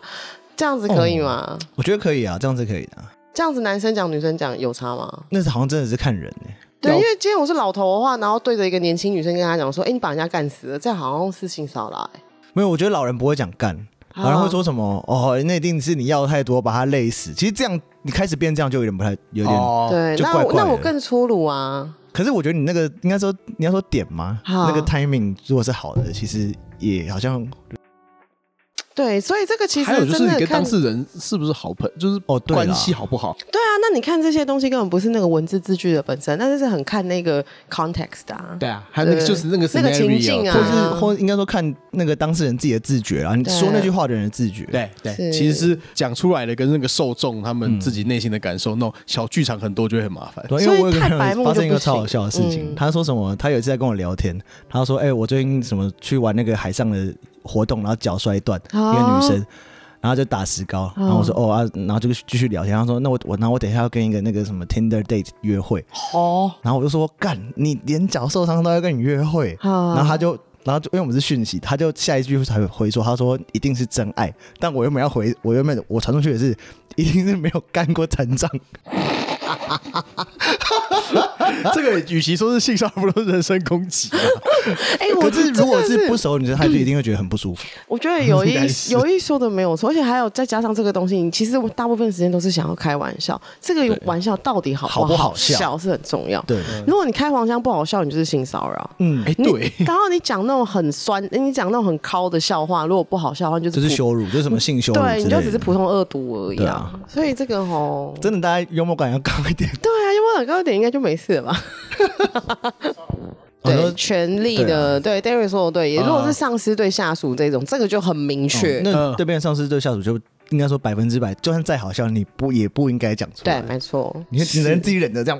[SPEAKER 3] 这样子可以吗？
[SPEAKER 1] 我觉得可以啊，这样是可以的啊。
[SPEAKER 3] 这样子男生讲女生讲有差吗？
[SPEAKER 1] 那是好像真的是看人欸
[SPEAKER 3] 对，
[SPEAKER 2] 有
[SPEAKER 3] 因为今天我是老头的话，然后对着一个年轻女生跟她讲说，哎、你把人家干死了，这好像是性骚扰、欸。
[SPEAKER 1] 没有，我觉得老人不会讲干，
[SPEAKER 3] 啊
[SPEAKER 1] 老人会说什么哦，那一定是你要太多，把他累死。其实这样你开始变这样就有点不太有点，
[SPEAKER 2] 哦，
[SPEAKER 3] 对，
[SPEAKER 1] 就
[SPEAKER 3] 那
[SPEAKER 1] 怪
[SPEAKER 3] 我
[SPEAKER 1] 怪
[SPEAKER 3] 那我
[SPEAKER 1] 的
[SPEAKER 3] 更粗鲁啊。
[SPEAKER 1] 可是我觉得你那个应该说你要说点吗？
[SPEAKER 3] 好
[SPEAKER 1] 那个 timing 如果是好的，其实也好像
[SPEAKER 3] 对，所以这个其实
[SPEAKER 2] 还有就是
[SPEAKER 3] 真
[SPEAKER 2] 你
[SPEAKER 3] 的
[SPEAKER 2] 跟
[SPEAKER 3] 看
[SPEAKER 2] 当事人是不是好朋，就是
[SPEAKER 1] 哦对啦
[SPEAKER 2] 关系好不好？
[SPEAKER 3] 对啊，那你看这些东西根本不是那个文字字句的本身，但是是很看那个 context 的啊。
[SPEAKER 2] 对啊，还有那个
[SPEAKER 3] 对
[SPEAKER 2] 就是那个
[SPEAKER 3] 那个情境
[SPEAKER 2] scenario，
[SPEAKER 3] 啊
[SPEAKER 1] 或
[SPEAKER 2] 或
[SPEAKER 1] 是
[SPEAKER 2] 是
[SPEAKER 1] 或应该说看那个当事人自己的自觉啊，你
[SPEAKER 3] 对
[SPEAKER 1] 说那句话的人的自觉。
[SPEAKER 2] 对对，
[SPEAKER 3] 是
[SPEAKER 2] 其实是讲出来的跟那个受众他们自己内心的感受，那种小剧场很多就会很麻烦。
[SPEAKER 1] 对，因为我有个
[SPEAKER 3] 所以太
[SPEAKER 1] 朋
[SPEAKER 3] 白目
[SPEAKER 1] 友发
[SPEAKER 3] 就
[SPEAKER 1] 生一个
[SPEAKER 3] 不行
[SPEAKER 1] 超好笑的事情，
[SPEAKER 3] 嗯
[SPEAKER 1] 他说什么？他有一次在跟我聊天，他说：“哎、我最近什么去玩那个海上的活动，然后脚摔断，
[SPEAKER 3] 哦
[SPEAKER 1] 一个女生。”然后就打石膏，然后我说哦啊，然后就继续聊天。他说那我我那我等一下要跟一个那个什么 Tinder date 约会，
[SPEAKER 3] 好，
[SPEAKER 1] 然后我就说干，你连脚受伤都要跟你约会，然后
[SPEAKER 3] 啊，
[SPEAKER 1] 他就。然后就因为我们是讯息，他就下一句才回说，他说一定是真爱，但我原本要回，我原本我传出去也是，一定是没有干过残障，
[SPEAKER 2] 这个与其说是性骚扰，不如说是人身攻击啊。
[SPEAKER 3] 哎，我
[SPEAKER 1] 可是如果
[SPEAKER 3] 真的嗯
[SPEAKER 1] 是不熟的女生，她就一定会觉得很不舒服。
[SPEAKER 3] 我觉得 有一
[SPEAKER 2] 应该是
[SPEAKER 3] 有一说的没有错，而且还有再加上这个东西，你其实我大部分时间都是想要开玩笑，这个玩笑到底好
[SPEAKER 1] 好不
[SPEAKER 3] 不
[SPEAKER 1] 好
[SPEAKER 3] 好
[SPEAKER 1] 笑
[SPEAKER 3] 笑是很重要。
[SPEAKER 1] 对，
[SPEAKER 3] 如果你开黄腔不好笑，你就是性骚扰。
[SPEAKER 1] 嗯，
[SPEAKER 2] 哎，
[SPEAKER 3] 你
[SPEAKER 2] 对，
[SPEAKER 3] 然后你讲那种很酸，你讲那种很高的笑话，如果不好笑的话，你就是
[SPEAKER 1] 这是
[SPEAKER 3] 普
[SPEAKER 1] 羞辱，这是什么性羞辱之类的？
[SPEAKER 3] 对，你就只是普通恶毒而已
[SPEAKER 1] 对
[SPEAKER 3] 啊
[SPEAKER 1] 啊。
[SPEAKER 3] 所以这个吼，
[SPEAKER 1] 真的，大家幽默感要高一点。哦
[SPEAKER 3] 对啊，因为很高一点应该就没事了吧？
[SPEAKER 1] 我说啊
[SPEAKER 3] 对，权力的，对 d a r r y 说的对，也如果是上司对下属这种，这个就很明确。
[SPEAKER 1] 哦那
[SPEAKER 2] 嗯
[SPEAKER 1] 对面上司对下属就应该说百分之百，就算再好笑，你不也不应该讲出
[SPEAKER 3] 对，
[SPEAKER 1] 来。
[SPEAKER 3] 没错。
[SPEAKER 1] 你只能自己忍着这样。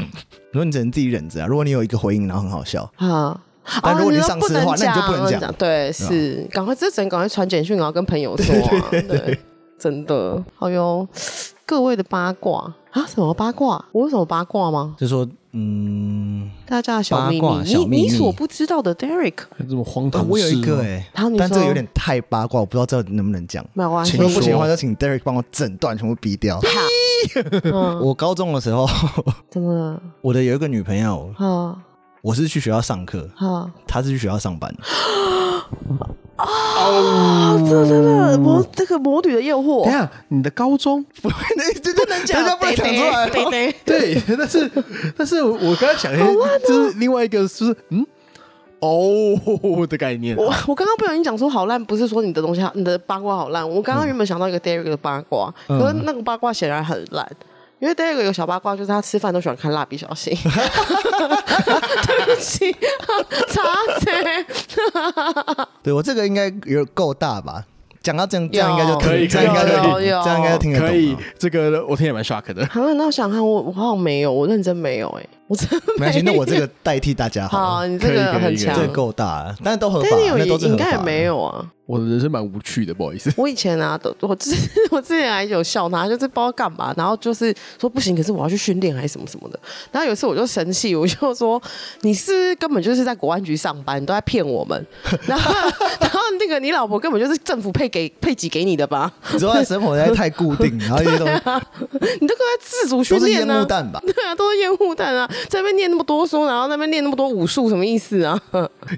[SPEAKER 1] 如果你只能自己忍着啊，如果你有一个回应，然后很好笑，
[SPEAKER 3] 啊。
[SPEAKER 1] 但
[SPEAKER 3] 哦
[SPEAKER 1] 如果你
[SPEAKER 3] 说
[SPEAKER 1] 上司的话
[SPEAKER 3] 能
[SPEAKER 1] 那你就不能讲啊
[SPEAKER 3] 讲。对，是，赶快这只能赶快传简讯，然后跟朋友说 啊。对，真的，好哟。各位的八卦啊，什么八卦？我有什么八卦吗？
[SPEAKER 1] 就说嗯，
[SPEAKER 3] 大家的小秘
[SPEAKER 1] 八卦
[SPEAKER 3] 密，
[SPEAKER 1] 小
[SPEAKER 3] 你
[SPEAKER 1] 秘密
[SPEAKER 3] 你所不知道的 Derek，
[SPEAKER 2] 这么荒
[SPEAKER 1] 啊
[SPEAKER 2] 唐。
[SPEAKER 1] 我有一个，哎、
[SPEAKER 3] 好你
[SPEAKER 1] 但这个
[SPEAKER 3] 说
[SPEAKER 1] 有点太八卦，我不知道这能不能讲。
[SPEAKER 3] 没有关系
[SPEAKER 1] 请。如果不行的话，就请 Derek 帮我整段全部逼掉。
[SPEAKER 3] 嗯，
[SPEAKER 1] 我高中的时候，
[SPEAKER 3] 怎么了？
[SPEAKER 1] 我的有一个女朋友，
[SPEAKER 3] 啊
[SPEAKER 1] 我是去学校上课，
[SPEAKER 3] 啊
[SPEAKER 1] 她是去学校上 班。
[SPEAKER 3] 啊！这真的魔这个魔女的诱惑
[SPEAKER 2] 等一，下你的高中
[SPEAKER 1] 不，那这不能
[SPEAKER 3] 讲
[SPEAKER 1] 人家不能讲出来。哦
[SPEAKER 3] 对对对
[SPEAKER 2] 对，但是但是我刚才想一下，
[SPEAKER 3] 啊
[SPEAKER 2] 就是另外一个就是嗯哦的概念啊，
[SPEAKER 3] 我我刚刚不小心讲出好烂，不是说你的东西好，你的八卦好烂。我刚
[SPEAKER 1] 嗯
[SPEAKER 3] 刚原本想到一个 Derek 的八卦，可是那个八卦显然很烂。因为 Derek 有个小八卦，就是他吃饭都喜欢看《蜡笔小新》。 对不起， 茶姐，
[SPEAKER 1] 对我这个应该有够大吧？讲到这样，这样应该就
[SPEAKER 3] 有
[SPEAKER 1] 听
[SPEAKER 2] 可以
[SPEAKER 1] 这样应该就
[SPEAKER 3] 有有
[SPEAKER 1] 这样应该就听得懂
[SPEAKER 2] 可以
[SPEAKER 1] 了。，
[SPEAKER 2] 这个我听也蛮 shock 的。
[SPEAKER 3] 好像那我想看我，我好像没有，我认真没有、欸，哎，我真
[SPEAKER 1] 没关系，那我这个代替大家好
[SPEAKER 3] 好，
[SPEAKER 1] 了，
[SPEAKER 3] 你这个
[SPEAKER 2] 可以可以
[SPEAKER 3] 很
[SPEAKER 2] 可以
[SPEAKER 3] 强
[SPEAKER 1] 这。个够大了，但是都合法，啊
[SPEAKER 3] 但你有
[SPEAKER 1] 那都是
[SPEAKER 3] 也
[SPEAKER 1] 合
[SPEAKER 3] 应
[SPEAKER 1] 法
[SPEAKER 3] 该也
[SPEAKER 1] 的
[SPEAKER 3] 没。有啊。
[SPEAKER 2] 我的人生蛮无趣的，不好意思。
[SPEAKER 3] 我以前啊，都我之我之前还有笑他，就是不知道干嘛，然后就是说不行，可是我要去训练还是什么什么的。然后有一次我就生气，我就说你是不是根本就是在国安局上班，你都在骗我们。然后然后那个你老婆根本就是政府配给配给给你的吧？
[SPEAKER 1] 你说他生活在太固定，然后一些 东西
[SPEAKER 3] 你这个在自主
[SPEAKER 1] 都
[SPEAKER 3] 训
[SPEAKER 1] 是
[SPEAKER 3] 练
[SPEAKER 1] 烟雾
[SPEAKER 3] 呢、啊？
[SPEAKER 1] 弹吧？
[SPEAKER 3] 对啊，都是烟雾弹啊，在那边念那么多书，然后在那边念那么多武术，什么意思啊？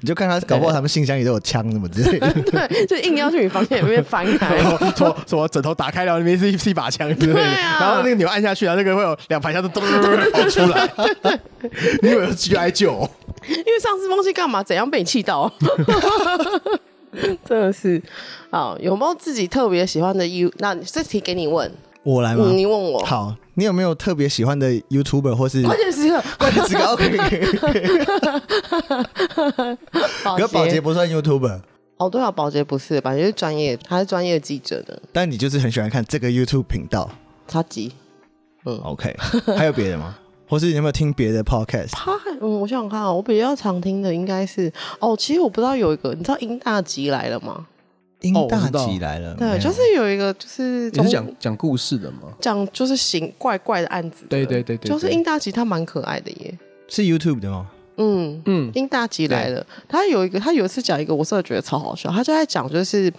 [SPEAKER 1] 你就看他，搞不好他们信箱里都有枪什么之类的。
[SPEAKER 3] 对，就硬要去你房间里面翻开。
[SPEAKER 2] 什么什么枕头打开了，里面是一是一把枪之类的，
[SPEAKER 3] 对啊
[SPEAKER 2] 然后那个钮按下去，然后那个会有两排枪都咚咚咚咚跑出来。你以为是 GI 九？
[SPEAKER 3] 因为上次忘记干嘛，怎样被你气到？啊 真的是啊，有没有自己特别喜欢的 U？那这题给你问，
[SPEAKER 1] 我来吗？
[SPEAKER 3] 嗯，你问我。，
[SPEAKER 1] 好，你有没有特别喜欢的 YouTuber 或是
[SPEAKER 2] 嗯
[SPEAKER 3] 关键时刻，
[SPEAKER 1] 关键词 高？可以可以可以可是
[SPEAKER 3] 宝
[SPEAKER 1] 宝洁
[SPEAKER 3] 洁
[SPEAKER 1] 不算 YouTuber，
[SPEAKER 3] 哦，对啊，宝洁不是，宝洁是专业，他是专业记者的，
[SPEAKER 1] 但你就是很喜欢看这个 YouTube 频道。
[SPEAKER 3] 超级。嗯
[SPEAKER 1] OK，还 有别的吗？或是你有没有听别的 Podcast？
[SPEAKER 3] 他嗯，我想想看啊，我比较常听的应该是哦，其实我不知道有一个，你知道英大吉来了吗？
[SPEAKER 1] 英
[SPEAKER 2] 哦我
[SPEAKER 1] 大
[SPEAKER 2] 知道
[SPEAKER 1] 吉来了，没
[SPEAKER 3] 对，
[SPEAKER 1] 有
[SPEAKER 3] 就是有一个，就是
[SPEAKER 2] 嗯你是
[SPEAKER 3] 中
[SPEAKER 2] 讲讲故事的吗？
[SPEAKER 3] 讲就是行怪怪的案子的，
[SPEAKER 2] 对对对对
[SPEAKER 3] 就是
[SPEAKER 2] 对
[SPEAKER 3] 英大吉他蛮可爱的耶，
[SPEAKER 1] 是 YouTube 的吗？
[SPEAKER 3] 嗯，
[SPEAKER 2] 嗯，
[SPEAKER 3] 英大吉来了，他有一个，他有一次讲一个，我真的觉得超好笑。他就在讲就是嘖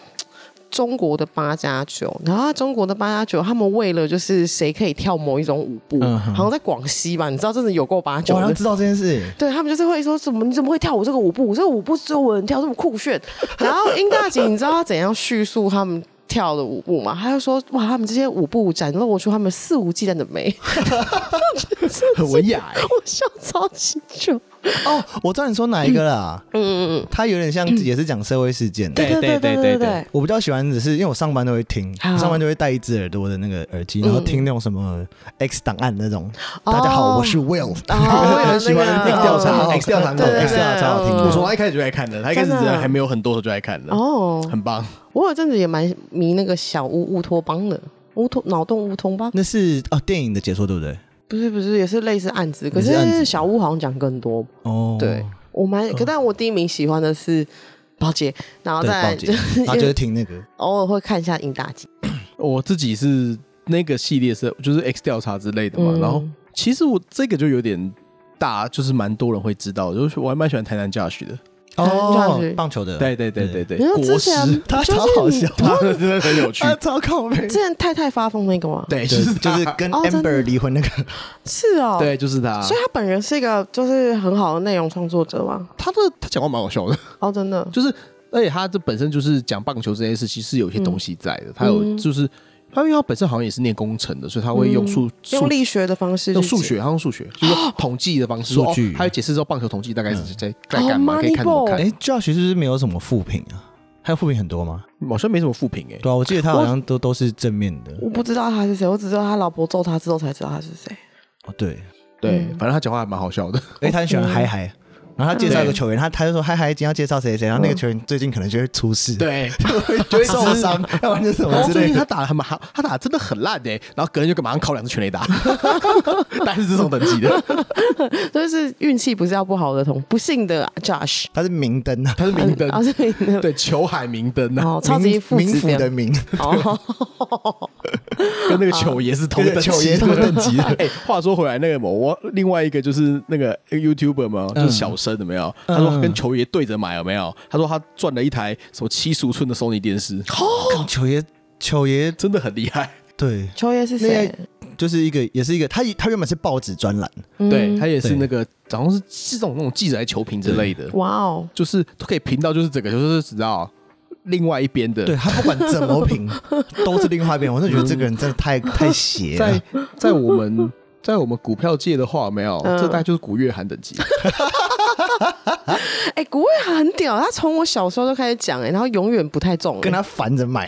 [SPEAKER 3] 中国的八加九，然后他中国的八加九，他们为了就是谁可以跳某一种舞步，
[SPEAKER 1] 嗯哼
[SPEAKER 3] 好像在广西吧，你知道，真的有够八
[SPEAKER 1] 我
[SPEAKER 3] 九
[SPEAKER 1] 好
[SPEAKER 3] 的
[SPEAKER 1] 像。知道这件事。
[SPEAKER 3] 对他们 就是会说什么你怎么会跳我这个舞步？这个舞步只有我能跳，这么酷炫。 然后英大姐，你知道她怎样叙述他们跳的舞步吗？她就说哇，他们这些舞步展露出他们肆无忌惮的美，
[SPEAKER 2] 很文雅欸。
[SPEAKER 3] 我笑超级久。
[SPEAKER 1] 哦，我知道你说哪一个啦，
[SPEAKER 3] 嗯嗯嗯，
[SPEAKER 1] 它有点像也是讲社会事件。
[SPEAKER 2] 对
[SPEAKER 3] 对对对对，
[SPEAKER 1] 我比较喜欢的是，因为我上班都会听，
[SPEAKER 3] 好嗯
[SPEAKER 1] 上班就会戴一只耳朵的那个耳机，然后听那种什么 X 档案那种。
[SPEAKER 3] 哦
[SPEAKER 1] 大家好，我是 Will，
[SPEAKER 3] 哦
[SPEAKER 1] 我也 很喜欢
[SPEAKER 3] 那个
[SPEAKER 1] X 调
[SPEAKER 2] 哦
[SPEAKER 1] 查，X 调查很好
[SPEAKER 3] 对对对
[SPEAKER 1] ，X 调查超好听
[SPEAKER 3] 嗯
[SPEAKER 2] 我
[SPEAKER 1] 的。
[SPEAKER 2] 从他一开始就爱看的，他一开始
[SPEAKER 3] 真的
[SPEAKER 2] 还没有很多的时候就爱看的，
[SPEAKER 3] 哦，
[SPEAKER 2] 很棒。
[SPEAKER 3] 我有阵子也蛮迷那个小乌乌托邦的，乌托脑洞乌托邦，
[SPEAKER 1] 那是哦，电影的解说对不对？
[SPEAKER 3] 不是不是，也是类似案子，可
[SPEAKER 1] 也是案子
[SPEAKER 3] 是小乌好像讲更多。
[SPEAKER 1] 哦，
[SPEAKER 2] 嗯
[SPEAKER 3] 对，我蛮，可但我第一名喜欢的是报捷，然后
[SPEAKER 1] 对，
[SPEAKER 3] 再
[SPEAKER 1] 报
[SPEAKER 3] 来就
[SPEAKER 1] 警，他就是听那个，
[SPEAKER 3] 偶尔会看一下英大吉，我
[SPEAKER 2] 我自己是那个系列是就是 X 调查之类的嘛，
[SPEAKER 3] 嗯
[SPEAKER 2] 然后其实我这个就有点大，就是蛮多人会知道，就是我还蛮喜欢台南 Josh 的，
[SPEAKER 1] 哦
[SPEAKER 3] 嗯就是，
[SPEAKER 1] 棒球的，
[SPEAKER 2] 对对对对对，
[SPEAKER 3] 因为
[SPEAKER 2] 国
[SPEAKER 3] 之
[SPEAKER 2] 师，
[SPEAKER 3] 前
[SPEAKER 1] 他
[SPEAKER 3] 就
[SPEAKER 1] 超
[SPEAKER 3] 是
[SPEAKER 1] 好
[SPEAKER 3] 你
[SPEAKER 1] 笑，
[SPEAKER 2] 他呃真的很有趣，
[SPEAKER 1] 他超靠背，
[SPEAKER 3] 之前太太发疯那个吗？
[SPEAKER 2] 对，就
[SPEAKER 1] 就是是就是跟
[SPEAKER 3] 哦真的
[SPEAKER 1] Amber 离婚那个，
[SPEAKER 3] 是哦，，
[SPEAKER 2] 对，啊就是他，
[SPEAKER 3] 所以他本人是一个就是很好的内容创作者嘛。
[SPEAKER 2] 他的他讲话蛮好笑的，
[SPEAKER 3] 哦，真的，
[SPEAKER 2] 就是而且他这本身就是讲棒球这件事，其实有一些东西在的，他有就是他因为他本身好像也是念工程的，所以他会用数数
[SPEAKER 3] 用力学的方式去
[SPEAKER 2] 用数
[SPEAKER 3] 解
[SPEAKER 2] 学，他用数学，就是说统计的方式，
[SPEAKER 1] 数
[SPEAKER 2] 说哦
[SPEAKER 1] 据
[SPEAKER 2] 还有解释说棒球统计大概是在在
[SPEAKER 3] 哦
[SPEAKER 2] 干嘛，可以看怎么
[SPEAKER 3] Moneyball
[SPEAKER 2] 看
[SPEAKER 1] 哎。，Josh 是不是没有什么负评啊？还有负评很多吗？
[SPEAKER 2] 好像没什么负评哎。
[SPEAKER 1] 对啊，我记得他好像都都是正面的。
[SPEAKER 3] 我不知道他是谁，我只知道他老婆揍他之后才知道他是谁。
[SPEAKER 1] 哦，对，
[SPEAKER 2] 对，
[SPEAKER 3] 嗯
[SPEAKER 2] 反正他讲话还蛮好笑的。
[SPEAKER 1] 哎，他很喜欢嗨嗨，然后他介绍一个球员，他他就说嗨嗨，今天要介绍谁谁，然后那个球员最近可能就会出事，，
[SPEAKER 2] 对，
[SPEAKER 1] 嗯就会受伤，要不然就什么
[SPEAKER 2] 然后
[SPEAKER 1] 之
[SPEAKER 2] 哦最
[SPEAKER 1] 类
[SPEAKER 2] 近
[SPEAKER 1] 的。
[SPEAKER 2] 他打的很蛮好，他打得真的很烂哎，然后隔天就马上考两次全垒打， 大概是这种等级的。
[SPEAKER 3] 就是运气不是要不好的同不幸的 Josh，
[SPEAKER 1] 他是明灯啊，
[SPEAKER 2] 他是明灯，
[SPEAKER 3] 啊是你的
[SPEAKER 2] 对，球海明灯啊呐，
[SPEAKER 3] 哦，超级
[SPEAKER 1] 明
[SPEAKER 3] 父
[SPEAKER 1] 明
[SPEAKER 3] 子
[SPEAKER 1] 府的
[SPEAKER 3] 的
[SPEAKER 1] 明，
[SPEAKER 3] 哦，
[SPEAKER 2] 跟那个球爷是同等级的，
[SPEAKER 1] 对球爷同等级的
[SPEAKER 2] 哎，话说回来，那个某我另外一个就是那个 YouTuber 嘛，就是小生有没有？他说跟球爷对着买有没有？他说他赚了一台什么七十五寸的 Sony 电视，
[SPEAKER 1] 看球爷球爷
[SPEAKER 2] 真的很厉害。
[SPEAKER 1] 对，
[SPEAKER 3] 秋叶是谁？
[SPEAKER 1] 就是一个也是一个，他他原本是报纸专栏，
[SPEAKER 3] 嗯
[SPEAKER 2] 对他也是
[SPEAKER 1] 对
[SPEAKER 2] 那个好像是这种那种记者来球评之类的，
[SPEAKER 3] 哇哦，
[SPEAKER 2] 就是都可以评到，就是整个就是只知道另外一边的。
[SPEAKER 1] 对，他不管怎么 评都是另外一边，我就觉得这个人真的 太太邪了
[SPEAKER 2] 在。在我们在我们股票界的话，有没有，
[SPEAKER 3] 嗯
[SPEAKER 2] 这大概就是古月涵等级。
[SPEAKER 3] 哎，古月涵很屌，他从我小时候就开始讲，哎，然后永远不太中，
[SPEAKER 1] 跟他烦着买，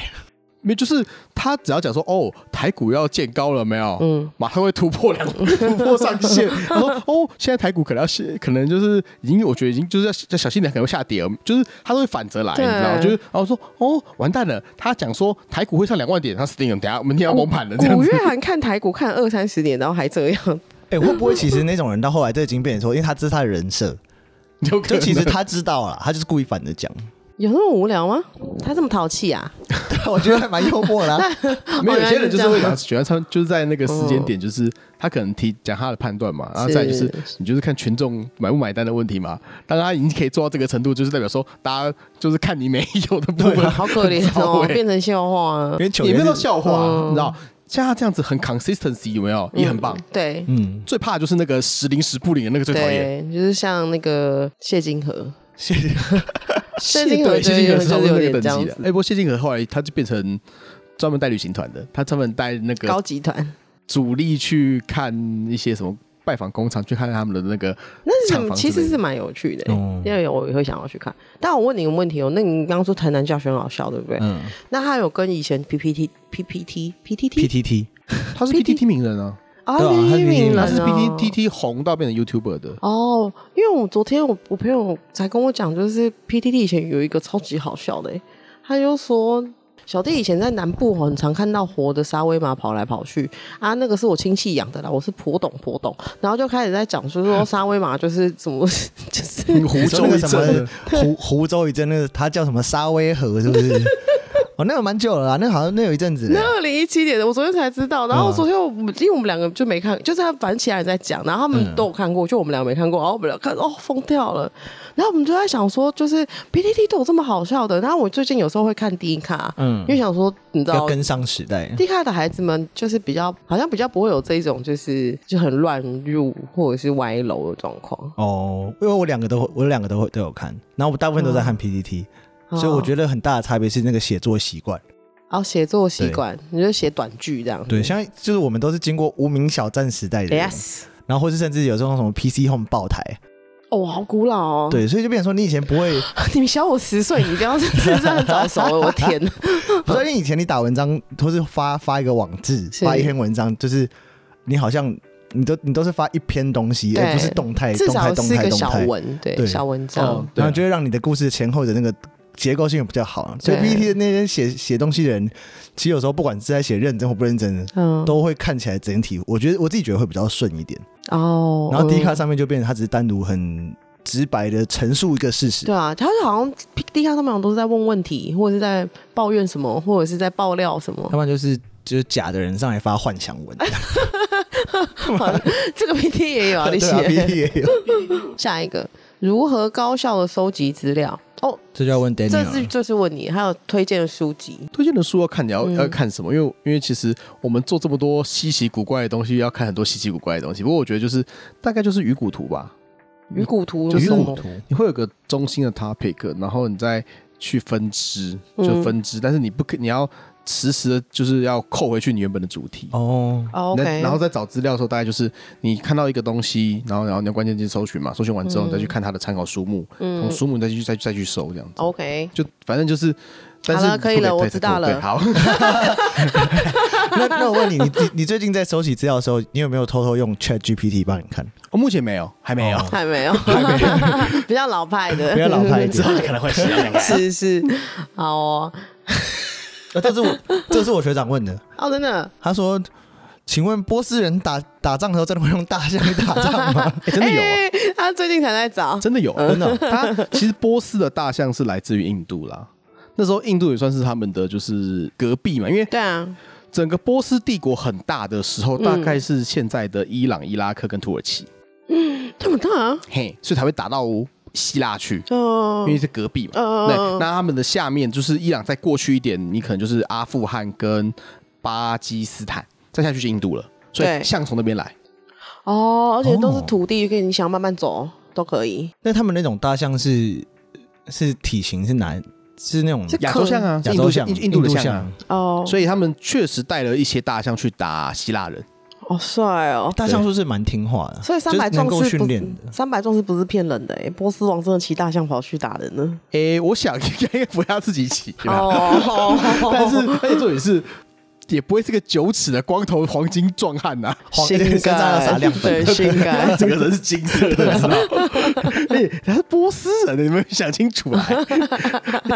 [SPEAKER 2] 没有，就是他只要讲说哦，台股要见高了没有？嗯
[SPEAKER 3] 嗯，
[SPEAKER 2] 马上会突破 两突破上限。他说哦，现在台股可能要下可能就是已经，我觉得已经就是要要小心点，可能会下跌了，就是他都会反着来，你
[SPEAKER 3] 对
[SPEAKER 2] 知道吗？就是然后说哦，完蛋了，他讲说台股会上两万点，他死定了，等一下明天要崩盘了这样
[SPEAKER 3] 古
[SPEAKER 2] 子。
[SPEAKER 3] 哦月涵看台股看二三十年，然后还这样，
[SPEAKER 1] 哎、会不会其实那种人到后来都已经变成说，因为他这是他的人 设，
[SPEAKER 2] 就可
[SPEAKER 1] 就
[SPEAKER 2] 能
[SPEAKER 1] 其实他知道了，他就是故意反着 讲。
[SPEAKER 3] 有那么无聊吗？他这么淘气啊？
[SPEAKER 1] 我觉得还蛮幽 默的、啊，
[SPEAKER 2] 没有，有些人就是会
[SPEAKER 3] 原来
[SPEAKER 2] 讲喜欢穿，就是在那个时间点，
[SPEAKER 3] 嗯
[SPEAKER 2] 就是他可能提讲他的判断嘛，然后再来就是你就是看群众买不买单的问题嘛。当然他已经可以做到这个程度，就是代表说大家就是看你没有的部分，
[SPEAKER 3] 好 可怜哦，变成笑话啊
[SPEAKER 1] 因。为球
[SPEAKER 2] 也
[SPEAKER 1] 员
[SPEAKER 2] 没有到
[SPEAKER 1] 是
[SPEAKER 2] 笑话，啊
[SPEAKER 3] 嗯
[SPEAKER 2] 你知道？像他这样子很 consistency 有没有？也很棒。
[SPEAKER 3] 对
[SPEAKER 1] 嗯，
[SPEAKER 2] 最怕就是那个时灵时不灵的那个最讨厌。
[SPEAKER 3] 对，就是像那个谢金河，
[SPEAKER 1] 谢谢。
[SPEAKER 3] 谢金河
[SPEAKER 2] 对，谢
[SPEAKER 3] 就
[SPEAKER 2] 金河
[SPEAKER 3] 有
[SPEAKER 2] 是差不多
[SPEAKER 3] 有
[SPEAKER 2] 那
[SPEAKER 3] 点
[SPEAKER 2] 个
[SPEAKER 3] 这
[SPEAKER 2] 等
[SPEAKER 3] 样
[SPEAKER 2] 级的
[SPEAKER 3] 子。
[SPEAKER 2] 哎，不过谢金河后来他就变成专门带旅行团的，他专门带那个
[SPEAKER 3] 高级团，
[SPEAKER 2] 主力去看一些什么拜访工厂，去看他们的那个
[SPEAKER 3] 那是
[SPEAKER 2] 厂
[SPEAKER 3] 很
[SPEAKER 2] 房之
[SPEAKER 3] 其
[SPEAKER 2] 类的。
[SPEAKER 3] 实是蛮有趣的、欸
[SPEAKER 1] 嗯
[SPEAKER 3] 因为我也会想要去看。但我问你一个问题哦，那你刚刚说台南教学很好笑，对不对？
[SPEAKER 1] 嗯
[SPEAKER 3] 那他有跟以前 PPT、PPT、PTT
[SPEAKER 1] ，PTT
[SPEAKER 2] 他是 PTT 名人啊，
[SPEAKER 3] 啊
[SPEAKER 1] 对啊他是
[SPEAKER 3] PTT 名人
[SPEAKER 2] 他是
[SPEAKER 3] 哦
[SPEAKER 2] PTT 红到变成 YouTuber 的。
[SPEAKER 3] 哦，因为我昨天我我朋友才跟我讲，就是 PTT 以前有一个超级好笑的、欸，他就说。小弟以前在南部哦很常看到活的沙威玛跑来跑去啊，那个是我亲戚养的啦，我是婆懂婆懂，然后就开始在讲说说沙威玛就是怎么 就是
[SPEAKER 2] 湖
[SPEAKER 1] 说
[SPEAKER 2] 州
[SPEAKER 1] 那
[SPEAKER 2] 一
[SPEAKER 1] 个什
[SPEAKER 2] 阵
[SPEAKER 1] 么，湖湖州一阵，那个他叫什么沙威河是不 是？哦，那个蛮久了啊，那个好像那有一阵子了。
[SPEAKER 3] 那二零一七年的，我昨天才知道。然后
[SPEAKER 1] 嗯
[SPEAKER 3] 昨天我们、因为我们两个就没看，就是他反正其他人在讲，然后他
[SPEAKER 1] 嗯
[SPEAKER 3] 们都有看过，就我们两个没看过。然后我们俩看哦疯掉了，然后我们就在想说，就是 PPT 都有这么好笑的。然后我最近有时候会看 D 卡，
[SPEAKER 1] 嗯
[SPEAKER 3] 因为想说你知
[SPEAKER 1] 要
[SPEAKER 3] 道。
[SPEAKER 1] 跟上时代。
[SPEAKER 3] D 卡的孩子们就是比较，好像比较不会有这种就是就很乱入或者是歪楼的状况，
[SPEAKER 1] 哦，因为我两个都我两个都会都有看，然后我大部分
[SPEAKER 3] 嗯
[SPEAKER 1] 都在看 PTT，、所以我觉得很大的差别是那个写作习惯。
[SPEAKER 3] 然后哦写作习惯，你就写短句这样子。
[SPEAKER 1] 对，像就是我们都是经过无名小站时代的人
[SPEAKER 3] 嗯，yes，
[SPEAKER 1] 然后或是甚至有这种什么 PC Home 爆台，
[SPEAKER 3] 哦，好古老哦。，
[SPEAKER 1] 对，所以就变成说你以前不会，
[SPEAKER 3] 你们小我十岁，你一定要是是这样早熟， 我的天哪！
[SPEAKER 1] 不是因为以前你打文章或是发发一个网志，
[SPEAKER 3] 是
[SPEAKER 1] 发一篇文章，就是你好像你都你都是发一篇东西，
[SPEAKER 3] 对
[SPEAKER 1] 而不是动态
[SPEAKER 3] 至
[SPEAKER 1] 哎动态
[SPEAKER 3] 少
[SPEAKER 1] 动
[SPEAKER 3] 是
[SPEAKER 1] 态
[SPEAKER 3] 个
[SPEAKER 1] 动
[SPEAKER 3] 小
[SPEAKER 1] 态，
[SPEAKER 3] 文，对
[SPEAKER 1] 对
[SPEAKER 3] 小文章。
[SPEAKER 2] 哦对
[SPEAKER 1] 然
[SPEAKER 2] 啊
[SPEAKER 1] 后就会让你的故事前后的那个。结构性也比较好，啊所以
[SPEAKER 3] 对
[SPEAKER 1] PPT 的那些写写东西的人，其实有时候不管是在写认真或不认真的，
[SPEAKER 3] 嗯，
[SPEAKER 1] 都会看起来整体，我觉得我自己觉得会比较顺一点。
[SPEAKER 3] 哦，
[SPEAKER 1] 然后 D
[SPEAKER 3] 嗯
[SPEAKER 1] 卡上面就变成它只是单独很直白的陈述一个事实。
[SPEAKER 3] 对啊，他就好像地下他们好像都是在问问题，或者是在抱怨什么，或者是在爆料什么
[SPEAKER 1] 要。不然就是就是假的人上来发幻想文，
[SPEAKER 3] 好 这个 PT 也有啊，你
[SPEAKER 1] 对啊，
[SPEAKER 3] 写
[SPEAKER 1] PPT 也有，
[SPEAKER 3] 下一个如何高效的收集资料？哦，
[SPEAKER 1] 这就要问 Daniel
[SPEAKER 3] 这
[SPEAKER 1] 了
[SPEAKER 3] 次就是问你，还有推荐的书籍，
[SPEAKER 2] 推荐的书要看你要、
[SPEAKER 1] 嗯
[SPEAKER 2] 要看什么，因为因为其实我们做这么多稀奇古怪的东西，要看很多稀奇古怪的东西。不过我觉得就是大概就是鱼骨图吧，
[SPEAKER 3] 鱼骨
[SPEAKER 1] 嗯
[SPEAKER 3] 图
[SPEAKER 2] 就是是
[SPEAKER 3] 什么
[SPEAKER 2] 我？你会有个中心的 topic，然后你再去分支，
[SPEAKER 1] 嗯
[SPEAKER 2] 就分支，但是你不可你要实时的就是要扣回去你原本的主题。
[SPEAKER 1] 哦，
[SPEAKER 3] 哦
[SPEAKER 2] 那
[SPEAKER 3] OK，
[SPEAKER 2] 然后在找资料的时候，大概就是你看到一个东西，然后然后你用关键字搜寻嘛，搜寻完之后你再去看它的参考书目，从书目再去再去再去搜这样子，
[SPEAKER 3] OK，
[SPEAKER 2] 就反正就是。但
[SPEAKER 3] 好
[SPEAKER 2] 是
[SPEAKER 3] 了可以
[SPEAKER 2] 不
[SPEAKER 3] 了我
[SPEAKER 2] 对
[SPEAKER 3] 知道
[SPEAKER 2] 对
[SPEAKER 3] 了
[SPEAKER 2] 好，
[SPEAKER 1] 那那我问你，你你你最近在收集资料的时候，你有没有偷偷用 Chat GPT 帮你看？
[SPEAKER 2] 我哦目前没有，还 没有。哎
[SPEAKER 1] 哦
[SPEAKER 3] 还没有， 比较老派的，
[SPEAKER 1] 比较老派一
[SPEAKER 2] 之
[SPEAKER 1] 点
[SPEAKER 2] 后。可能会 写。
[SPEAKER 3] 是是，好哦，
[SPEAKER 1] 呃这是我这是我学长问的，
[SPEAKER 3] 哦，真的，
[SPEAKER 1] 他说：“请问波斯人打打仗的时候真的会用大象去打仗吗
[SPEAKER 2] 欸真的有啊，
[SPEAKER 3] 哎他最近才在找，
[SPEAKER 2] 真的有，
[SPEAKER 1] 真的哦
[SPEAKER 2] 它其实波斯的大象是来自于印度啦。那时候印度也算是他们的就是隔壁嘛，因为
[SPEAKER 3] 对啊，
[SPEAKER 2] 整个波斯帝国很大的时
[SPEAKER 3] 嗯
[SPEAKER 2] 候，大概是现在的伊朗、伊拉克跟土耳其，
[SPEAKER 3] 这么大啊，
[SPEAKER 2] 嘿，所以才会打到希腊去。
[SPEAKER 1] 啊
[SPEAKER 3] 哦
[SPEAKER 2] 因为是隔壁嘛，
[SPEAKER 3] 嗯
[SPEAKER 2] 对，那他们的下面就是伊朗，再过去一点，你可能就是阿富汗跟巴基斯坦，再下去就印度了，所
[SPEAKER 3] 对
[SPEAKER 2] 以象从那边来。
[SPEAKER 3] 哦，而且都是
[SPEAKER 1] 哦
[SPEAKER 3] 土地，可以你想慢慢走都可以，？”
[SPEAKER 1] 那他们那种大象是是体型是哪？是那种
[SPEAKER 3] 是
[SPEAKER 2] 亚洲象啊，
[SPEAKER 1] 亚
[SPEAKER 2] 印度
[SPEAKER 1] 洲象、
[SPEAKER 2] 印印度的象啊，
[SPEAKER 3] 哦，
[SPEAKER 2] 所以他们确实带了一些大象去打希腊人。
[SPEAKER 3] 好帅哦。
[SPEAKER 1] 大象说是蛮听话的，
[SPEAKER 3] 所以三百
[SPEAKER 1] 就是能
[SPEAKER 3] 壮
[SPEAKER 1] 够
[SPEAKER 3] 士
[SPEAKER 1] 训
[SPEAKER 3] 不
[SPEAKER 1] 练
[SPEAKER 3] 是
[SPEAKER 1] 的。
[SPEAKER 3] 三百壮士不是骗人的哎、波斯王真的骑大象跑去打人呢。
[SPEAKER 2] 诶、我想应该不要自己骑
[SPEAKER 1] 啊
[SPEAKER 2] 吧，
[SPEAKER 3] 哦，
[SPEAKER 2] 但是而且重点是，也不会是个九尺的光头黄金壮汉呐、，
[SPEAKER 1] 黄
[SPEAKER 3] 性
[SPEAKER 1] 身上要撒
[SPEAKER 3] 感
[SPEAKER 1] 亮粉
[SPEAKER 3] 对，性 感
[SPEAKER 2] 整个人是金色的，你知道？哎、他是波斯人，你们想清楚来。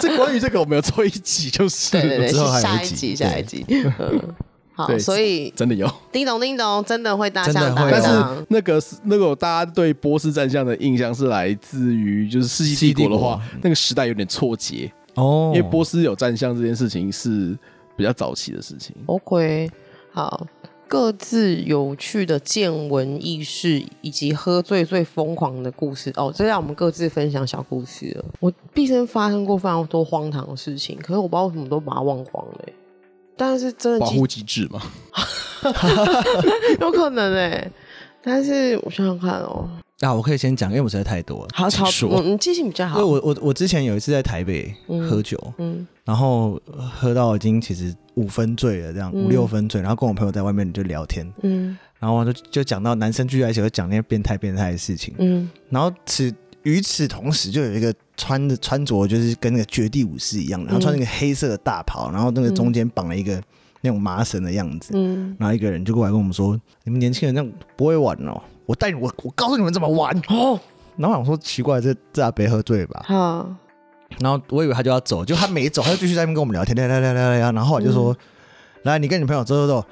[SPEAKER 2] 这关于这个我们有做一集，就是
[SPEAKER 3] 对对对，
[SPEAKER 1] 之后还有
[SPEAKER 3] 下
[SPEAKER 1] 一
[SPEAKER 3] 一
[SPEAKER 1] 集
[SPEAKER 3] 集下一集，嗯，好，
[SPEAKER 2] 对
[SPEAKER 3] 所以啊
[SPEAKER 2] 真的有。
[SPEAKER 3] 叮咚叮咚，真的会大
[SPEAKER 1] 真
[SPEAKER 3] 象
[SPEAKER 1] 的会
[SPEAKER 3] 打
[SPEAKER 1] 哦
[SPEAKER 2] 但
[SPEAKER 3] 仗
[SPEAKER 2] 是，那个是那个大家对波斯战象的印象是来自于就是世纪帝国的话
[SPEAKER 1] 世纪，
[SPEAKER 2] 那个时代有点错节，
[SPEAKER 1] 哦
[SPEAKER 2] 因为波斯有战象这件事情是比较早期的事情。
[SPEAKER 3] 嗯 OK，好，各自有趣的见闻轶事，以及喝醉最疯狂的故事。哦，这让我们各自分享小故事了。我毕生发生过非常多荒唐的事情，可是我不知道为什么都把它忘光了欸、但是真的
[SPEAKER 2] 保
[SPEAKER 3] 记
[SPEAKER 2] 护机制嘛，
[SPEAKER 3] 有可能哎、但是我想想看哦、
[SPEAKER 1] 啊，我可以先讲，因为我实在太多了。
[SPEAKER 3] 好
[SPEAKER 2] 请
[SPEAKER 3] 好，
[SPEAKER 2] 说
[SPEAKER 3] 嗯，你记性比较
[SPEAKER 1] 因为
[SPEAKER 3] 好，
[SPEAKER 1] 我我我之前有一次在台北
[SPEAKER 3] 嗯
[SPEAKER 1] 喝酒，
[SPEAKER 3] 嗯
[SPEAKER 1] 然后喝到已经其实五分醉了，这样
[SPEAKER 3] 嗯
[SPEAKER 1] 五六分醉，然后跟我朋友在外面就聊天，
[SPEAKER 3] 嗯
[SPEAKER 1] 然后就就讲到男生聚在一起会讲那些变态变态的事情，
[SPEAKER 3] 嗯，
[SPEAKER 1] 然后此与此同时，就有一个穿着穿着就是跟那个绝地武士一样，然后穿那个黑色的大袍，然后那个中间绑了一个那种麻绳的样子，
[SPEAKER 3] 嗯
[SPEAKER 1] 然后一个人就过来跟我们说：“你们年轻人那样不会玩哦，我带你我我告诉你们怎么玩哦。”然后我想说奇怪，这这阿北喝醉了吧？
[SPEAKER 3] 好，
[SPEAKER 1] 然后我以为他就要走，就他没走，他就继续在那边跟我们聊天，聊聊聊聊聊。然后我就说：“来，你跟你朋友走走走，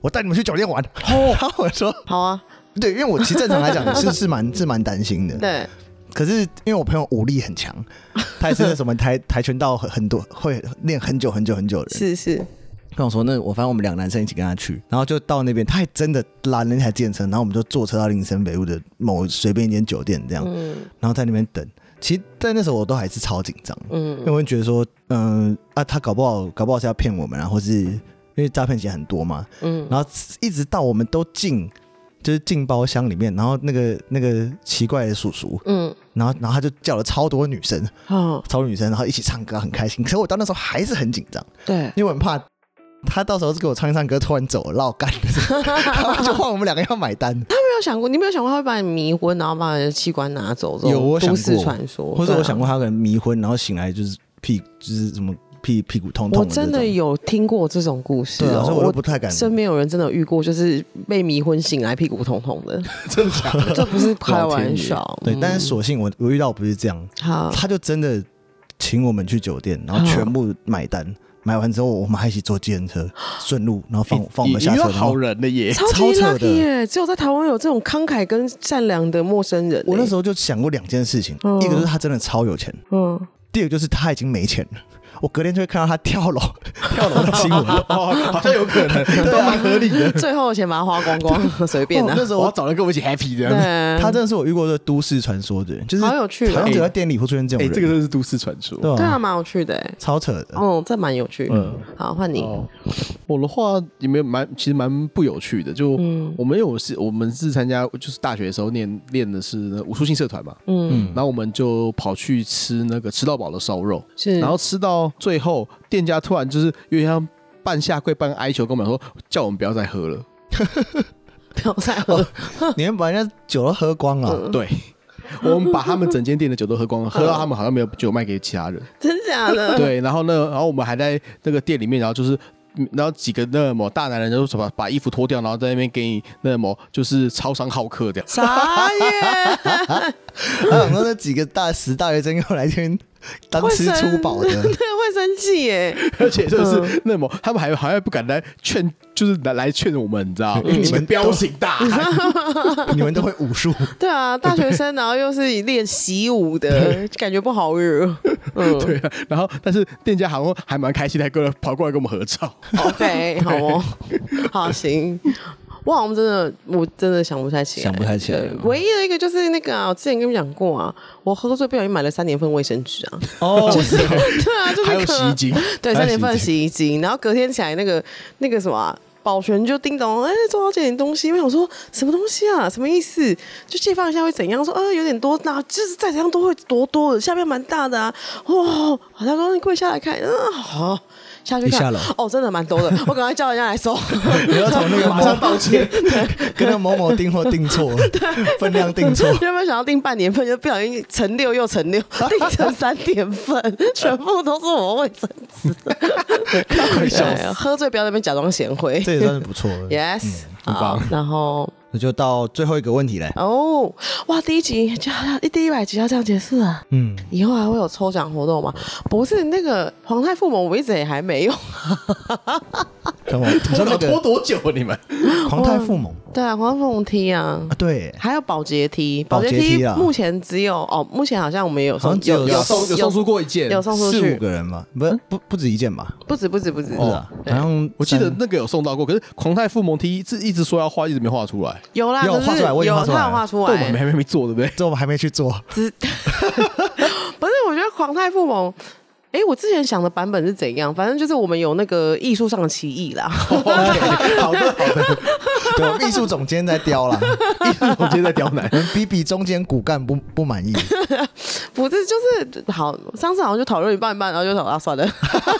[SPEAKER 1] 我带你们去酒店玩。”然后我说
[SPEAKER 3] 好啊，：“
[SPEAKER 1] 对，因为我其实正常来讲是是蛮是蛮担心的，
[SPEAKER 3] 对，
[SPEAKER 1] 可是因为我朋友武力很 强，他也是那什么跆跆拳道很很多会练很久很久很久的人。
[SPEAKER 3] 是是，
[SPEAKER 1] 跟我说，那我反正我们两个男生一起跟他去，然后就到那边，他还真的拦了那台电车，然后我们就坐车到林森北路的某随便一间酒店这样，
[SPEAKER 3] 嗯
[SPEAKER 1] 然后在那边等。其实，在那时候我都还是超紧张。因为
[SPEAKER 3] 嗯
[SPEAKER 1] 我会觉得说，嗯、啊，他搞不好搞不好是要骗我们啊，或是因为诈骗集团很多嘛，
[SPEAKER 3] 嗯，
[SPEAKER 1] 然后一直到我们都进就是进包厢里面，然后那个那个奇怪的叔叔，
[SPEAKER 3] 嗯，
[SPEAKER 1] 然后然后他就叫了超多女生，
[SPEAKER 3] 好，
[SPEAKER 1] 超多女生，然后一起唱歌，很开心。可是我到那时候还是很紧张，
[SPEAKER 3] 对，
[SPEAKER 1] 因为我很怕。他到时候是给我唱一唱歌，突然走了，绕干， 然后就换我们两个要买单，
[SPEAKER 3] 没有想过，你没有想过他会把你迷昏，然后把你的器官拿走？这种
[SPEAKER 1] 有我想
[SPEAKER 3] 都
[SPEAKER 1] 过
[SPEAKER 3] 市传说，
[SPEAKER 1] 或者
[SPEAKER 3] 对啊
[SPEAKER 1] 我想过，他可能迷昏，然后醒来就是屁，就是什么屁屁股痛痛
[SPEAKER 3] 我
[SPEAKER 1] 的这种。
[SPEAKER 3] 真的有听过这种故事
[SPEAKER 1] 对啊，
[SPEAKER 3] 哦
[SPEAKER 1] 所以我都不
[SPEAKER 3] 我
[SPEAKER 1] 太敢。
[SPEAKER 3] 身边有人真的有遇过，就是被迷昏醒来屁股痛痛 的，
[SPEAKER 2] 真的假的？
[SPEAKER 3] 这不是开玩笑。
[SPEAKER 1] 对，啊
[SPEAKER 3] 嗯
[SPEAKER 1] 但是所幸我我遇到不是这样，
[SPEAKER 3] 好，
[SPEAKER 1] 他就真的请我们去酒店，然后全部买单，买完之后，我们还一起坐计程车，顺路，然后放
[SPEAKER 2] 你
[SPEAKER 1] 放我们
[SPEAKER 2] 你
[SPEAKER 1] 下
[SPEAKER 2] 遇
[SPEAKER 1] 车。
[SPEAKER 2] 到
[SPEAKER 1] 然后
[SPEAKER 2] 好人了 耶！
[SPEAKER 3] 超
[SPEAKER 1] 超
[SPEAKER 3] 级
[SPEAKER 1] 扯的
[SPEAKER 3] lucky 耶、只有在台湾有这种慷慨跟善良的陌生人、
[SPEAKER 1] 我那时
[SPEAKER 3] 候，
[SPEAKER 1] 候就想过两件事情，
[SPEAKER 3] 嗯
[SPEAKER 1] 一个就是他真的超有钱，
[SPEAKER 3] 嗯，
[SPEAKER 1] 第二个就是他已经没钱了。我隔天就会看到他跳 楼，跳楼的新闻。
[SPEAKER 2] 哦，好像有可能， 都蛮合理 的。
[SPEAKER 3] 欸最后的钱把它花光 光，随便
[SPEAKER 1] 哦
[SPEAKER 3] 啊。
[SPEAKER 1] 那时候
[SPEAKER 2] 我要找人跟我一起 happy 这样
[SPEAKER 3] 对
[SPEAKER 2] 子。
[SPEAKER 3] 啊，
[SPEAKER 1] 他真的是我遇过的都市传说的人，就是
[SPEAKER 3] 好有趣哦
[SPEAKER 1] 好像只有在店里会出现这种
[SPEAKER 2] 哎，
[SPEAKER 1] 人。
[SPEAKER 2] 这个真的是都市传说。
[SPEAKER 1] 对
[SPEAKER 3] 对
[SPEAKER 1] 啊
[SPEAKER 3] 啊，，蛮有趣的、欸。
[SPEAKER 1] 超扯的。
[SPEAKER 3] 哦，这蛮有趣。
[SPEAKER 2] 嗯
[SPEAKER 3] 好，换你。
[SPEAKER 2] 哦，我的话也没有蛮，其实蛮不有趣的。就
[SPEAKER 3] 嗯
[SPEAKER 2] 我们有是，我们是参加就是大学的时候念练的是武术性社团嘛，
[SPEAKER 3] 嗯，
[SPEAKER 2] 然后我们就跑去吃那个吃到饱的烧肉，
[SPEAKER 3] 是。
[SPEAKER 2] 然后吃到最后，店家突然就是有点像半下跪半哀求，跟我们说叫我们不要再喝了。
[SPEAKER 3] 不要再喝，
[SPEAKER 1] 哦你们把人家酒都喝光
[SPEAKER 3] 嗯
[SPEAKER 1] 了，
[SPEAKER 2] 对，我们把他们整间店的酒都喝光了，喝到他们好像没有酒卖给其他人。
[SPEAKER 3] 真假 的？
[SPEAKER 2] 对，然后呢，然后我们还在那个店里面，然后就是。嗯然后几个那么大男人就什么把衣服脱掉，然后在那边给你那么就是超商好客这样，
[SPEAKER 3] 啥耶？
[SPEAKER 1] 我想说那几个大十大学生又来这边当
[SPEAKER 3] 会
[SPEAKER 1] 吃
[SPEAKER 3] 生
[SPEAKER 1] 粗饱
[SPEAKER 3] 对，
[SPEAKER 1] 的，
[SPEAKER 3] 会生气耶。
[SPEAKER 2] 而且
[SPEAKER 3] 嗯
[SPEAKER 2] 就是那么他们还好像不敢来劝，就是来来劝我们，你知道吗？
[SPEAKER 1] 嗯
[SPEAKER 2] 几个彪形 大
[SPEAKER 3] 嗯
[SPEAKER 2] 汉，
[SPEAKER 1] 你们都会武术，
[SPEAKER 3] 对啊，大学生，然后又是练习武的，感觉不好惹。嗯
[SPEAKER 2] 对啊。然后但是店家好像还蛮开心的，还跟我跑过来跟我们合照。
[SPEAKER 3] ，OK，好哦，好行。哇，我们真的，我真的想不太起来，
[SPEAKER 1] 想不太起来
[SPEAKER 3] 对
[SPEAKER 1] 了
[SPEAKER 3] 唯一的一个就是那个啊，我之前跟你讲过啊，我喝醉不小心买了三年份卫生 纸啊。
[SPEAKER 1] 哦，
[SPEAKER 3] 对啊， 就是
[SPEAKER 2] 还有
[SPEAKER 3] 可
[SPEAKER 2] 洗衣精
[SPEAKER 3] 对，
[SPEAKER 2] 还有洗
[SPEAKER 3] 三
[SPEAKER 2] 衣
[SPEAKER 3] 点半
[SPEAKER 2] 精
[SPEAKER 3] 洗衣精，然后隔天起来那个那个什么啊、保全就叮咚，哎、周小姐，你东西，我想说什么东西啊，什么意思？就借放一下会怎样？说，呃，有点多大，就是再怎样都会多多的，下面蛮大的啊。哦，好，他说你跪下来看，嗯、好，下去
[SPEAKER 1] 你
[SPEAKER 3] 看，
[SPEAKER 1] 下楼
[SPEAKER 3] 哦，真的蛮 多的，我赶快叫人家来收。
[SPEAKER 1] 你要从那 个马上 道歉，跟那个某某订货订错，分量订 错，
[SPEAKER 3] 原本想要订半年份，就不小心乘六又 乘六，订成三点份，全部都是我卫 生纸。
[SPEAKER 2] 哎
[SPEAKER 3] 对，喝醉不要在那边假装贤惠。
[SPEAKER 1] 这也算是不错了。
[SPEAKER 3] Yes，、
[SPEAKER 1] 嗯
[SPEAKER 2] 很
[SPEAKER 3] 好
[SPEAKER 2] 棒，
[SPEAKER 3] 然后
[SPEAKER 1] 那就到最后一个问题嘞，
[SPEAKER 3] 哦，哇，第一集就一第一百集要这样结束了。
[SPEAKER 1] 嗯，
[SPEAKER 3] 以后还会有抽奖活动吗？不是那个皇太父母，我一直也还没有。
[SPEAKER 1] 看 我，你说那
[SPEAKER 2] 拖
[SPEAKER 1] 个
[SPEAKER 2] 多久啊你们？
[SPEAKER 1] 狂太父母
[SPEAKER 3] 对啊，皇太父母踢啊，
[SPEAKER 1] 啊，对，
[SPEAKER 3] 还有保洁踢，
[SPEAKER 1] 保
[SPEAKER 3] 保
[SPEAKER 1] 洁
[SPEAKER 3] 洁
[SPEAKER 1] 踢
[SPEAKER 3] 踢
[SPEAKER 1] 啊
[SPEAKER 3] 目前只有哦，目前好像我们也有
[SPEAKER 1] 好像
[SPEAKER 3] 送
[SPEAKER 1] 只有
[SPEAKER 2] 有送有送出过一件，
[SPEAKER 3] 有送出
[SPEAKER 1] 四五
[SPEAKER 3] 去，
[SPEAKER 1] 个人嘛，不不不止一件吧，
[SPEAKER 3] 不止不止不止，
[SPEAKER 1] 是啊，好像
[SPEAKER 2] 我
[SPEAKER 3] 嗯
[SPEAKER 2] 记得
[SPEAKER 1] 三
[SPEAKER 2] 那个有送到过，可是狂太附魔 T 一直一直说要画，一直没画出来，
[SPEAKER 3] 有啦，
[SPEAKER 1] 有
[SPEAKER 3] 可是
[SPEAKER 1] 画出来我已经画
[SPEAKER 3] 有
[SPEAKER 1] 出来
[SPEAKER 3] 他
[SPEAKER 1] 了
[SPEAKER 3] 有画出
[SPEAKER 2] 但我们
[SPEAKER 3] 来，
[SPEAKER 2] 还没做，对不对？
[SPEAKER 1] 这我们还没去 做，
[SPEAKER 3] 只不是，我觉得皇太父母。哎，我之前想的版本是怎样？反正就是我们有那个艺术上的歧义啦。
[SPEAKER 1] 哦
[SPEAKER 2] 好的好的，
[SPEAKER 1] 对，我秘书总监在刁 了，
[SPEAKER 2] 一直总监在刁 难。
[SPEAKER 1] 比比中间骨干不不满意，
[SPEAKER 3] 不是，就是好，上次好像就讨论一半一半，然后就想啊，算了，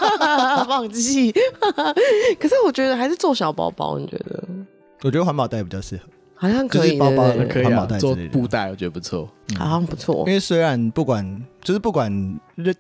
[SPEAKER 3] 忘记。可是我觉得还是做小包包，你觉得
[SPEAKER 1] 我觉得环保袋比较适合，
[SPEAKER 3] 好像可
[SPEAKER 1] 就
[SPEAKER 3] 以，
[SPEAKER 1] 是包包
[SPEAKER 3] 对不对
[SPEAKER 2] 可以
[SPEAKER 1] 环保
[SPEAKER 2] 啊
[SPEAKER 1] 袋，之类
[SPEAKER 2] 做
[SPEAKER 1] 的
[SPEAKER 2] 布袋我觉得不错。
[SPEAKER 3] 好像不错
[SPEAKER 1] 因。为虽然不管就是不管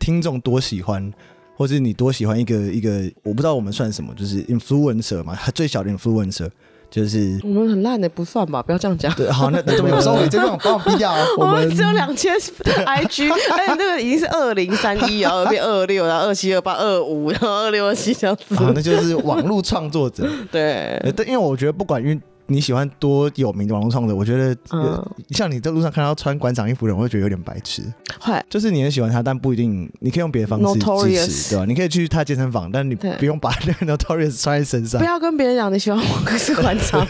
[SPEAKER 1] 听众多喜欢。或是你多喜欢一个一个，我不知道我们算什么，就是 influencer 嘛，最小的 influencer 就是
[SPEAKER 3] 我们很烂欸的、不算吧，不要这样讲。
[SPEAKER 1] 对，好，那那这边我收回，这边我帮我逼掉啊。
[SPEAKER 3] 我们只有两千 IG，而且那个已经是二零三一，然后 变二六，然后二七、二八、二五，然后二六、二七这样 子。
[SPEAKER 1] 好，啊那就是网络创作者。
[SPEAKER 3] 对，
[SPEAKER 1] 呃但因为我觉得不管运你喜欢多有名的网络创作者，我觉得、
[SPEAKER 3] 嗯
[SPEAKER 1] 呃像你在路上看到穿馆长衣服的人，我会觉得有点白痴。
[SPEAKER 3] 快
[SPEAKER 1] 就是你很喜欢他，但不一定你可以用别的方式支持，
[SPEAKER 3] Notorious
[SPEAKER 1] 对吧？你可以去他健身房，但你
[SPEAKER 3] 对
[SPEAKER 1] 不用把那个 notorious 穿在身上
[SPEAKER 3] 不。要跟别人讲你喜欢我是馆长，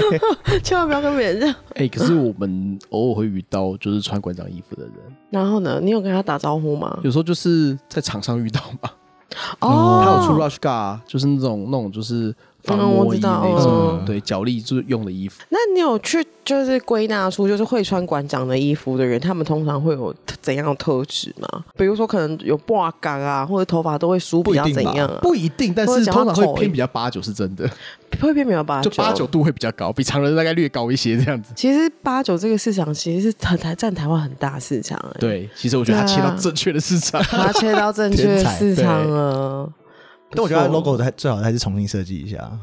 [SPEAKER 3] 千万不要跟别人讲。
[SPEAKER 2] 哎，可是我们偶尔会遇到就是穿馆长衣服的人，
[SPEAKER 3] 然后呢，你有跟他打招呼吗？
[SPEAKER 2] 有时候就是在场上遇到嘛。
[SPEAKER 3] 哦，
[SPEAKER 2] 他有出 rush guard，啊就是那种那种就是防
[SPEAKER 3] 嗯我
[SPEAKER 2] 摸
[SPEAKER 3] 知
[SPEAKER 2] 衣
[SPEAKER 3] 道
[SPEAKER 2] 那种，
[SPEAKER 1] 嗯
[SPEAKER 2] 对脚力就是用的衣服。
[SPEAKER 3] 那你有去就是归纳出就是会穿馆长的衣服的人，他们通常会有怎样的特质吗？比如说可能有挂杆啊，或者头发都会梳比
[SPEAKER 2] 不一
[SPEAKER 3] 较
[SPEAKER 2] 定
[SPEAKER 3] 怎
[SPEAKER 2] 吧
[SPEAKER 3] 样啊？
[SPEAKER 2] 不一定，但
[SPEAKER 3] 或者
[SPEAKER 2] 是
[SPEAKER 3] 讲
[SPEAKER 2] 通
[SPEAKER 3] 话
[SPEAKER 2] 常会
[SPEAKER 3] 口音
[SPEAKER 2] 偏比较八九是真的，
[SPEAKER 3] 会变没有八
[SPEAKER 2] 就八九。度会比较高，比常人大概略高一些这样子。
[SPEAKER 3] 其实八九这个市场其实是很台占台湾很大市场、欸，，
[SPEAKER 2] 对，其实我觉得他
[SPEAKER 3] 对啊
[SPEAKER 2] 切到正确的市场。
[SPEAKER 3] 把它切到正确
[SPEAKER 1] 天
[SPEAKER 3] 的
[SPEAKER 1] 才
[SPEAKER 3] 市场了。
[SPEAKER 1] 但我觉得他
[SPEAKER 3] 不错
[SPEAKER 1] logo 还最好还是重新设计一下。
[SPEAKER 3] 哦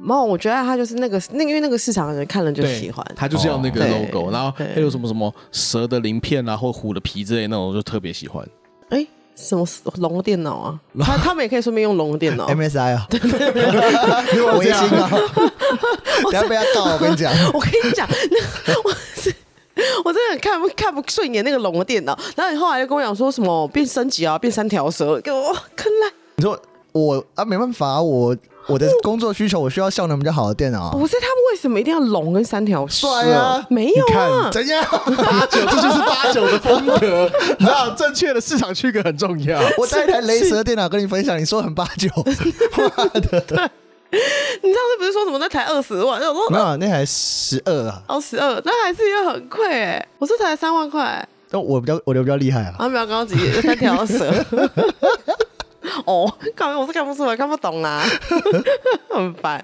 [SPEAKER 3] 没有，我觉得他就是那个那个，因为那个市场的人看了就
[SPEAKER 2] 对，
[SPEAKER 3] 喜欢。
[SPEAKER 2] 他就是要那个
[SPEAKER 3] 哦
[SPEAKER 2] logo，、
[SPEAKER 3] 对
[SPEAKER 2] 然后还有什么什么蛇的鳞片啊，或虎的皮之类那种，我就特别喜欢。
[SPEAKER 3] 哎，什么龙电脑啊，他他们也可以顺便用 龙电脑。
[SPEAKER 1] MSI 啊，因为我也行啊， 等下被他告，我跟你讲，
[SPEAKER 3] 我跟你讲，那 我是。我真的很看不看不顺眼那个龙的电脑，然后你后来就跟我讲说什么变升级啊，变三条蛇，给我坑了。
[SPEAKER 1] 你说我啊，没办法，我我的工作需求，我需要效能比较好的电脑啊。
[SPEAKER 3] 不是他们为什么一定要龙跟三条蛇？
[SPEAKER 1] 帅啊，
[SPEAKER 3] 没有
[SPEAKER 2] 你
[SPEAKER 3] 啊
[SPEAKER 2] 看，怎样？ 八九，这就是八九的风格。 你知道，正确的市场区隔很重要。
[SPEAKER 1] 我带一台雷蛇电脑跟你分享，你说很八九，妈的，
[SPEAKER 3] 你上次不是说什么那台二十万？我
[SPEAKER 1] 没
[SPEAKER 3] 说
[SPEAKER 1] 有，啊那台十二啊，
[SPEAKER 3] 哦十二，那还是要很贵哎、我说才三万块、欸
[SPEAKER 1] 那哦我比较我的比较厉害啊，
[SPEAKER 3] 啊，比较高级， 三条蛇。哦，看我是看不出来，看不懂啦、 很烦。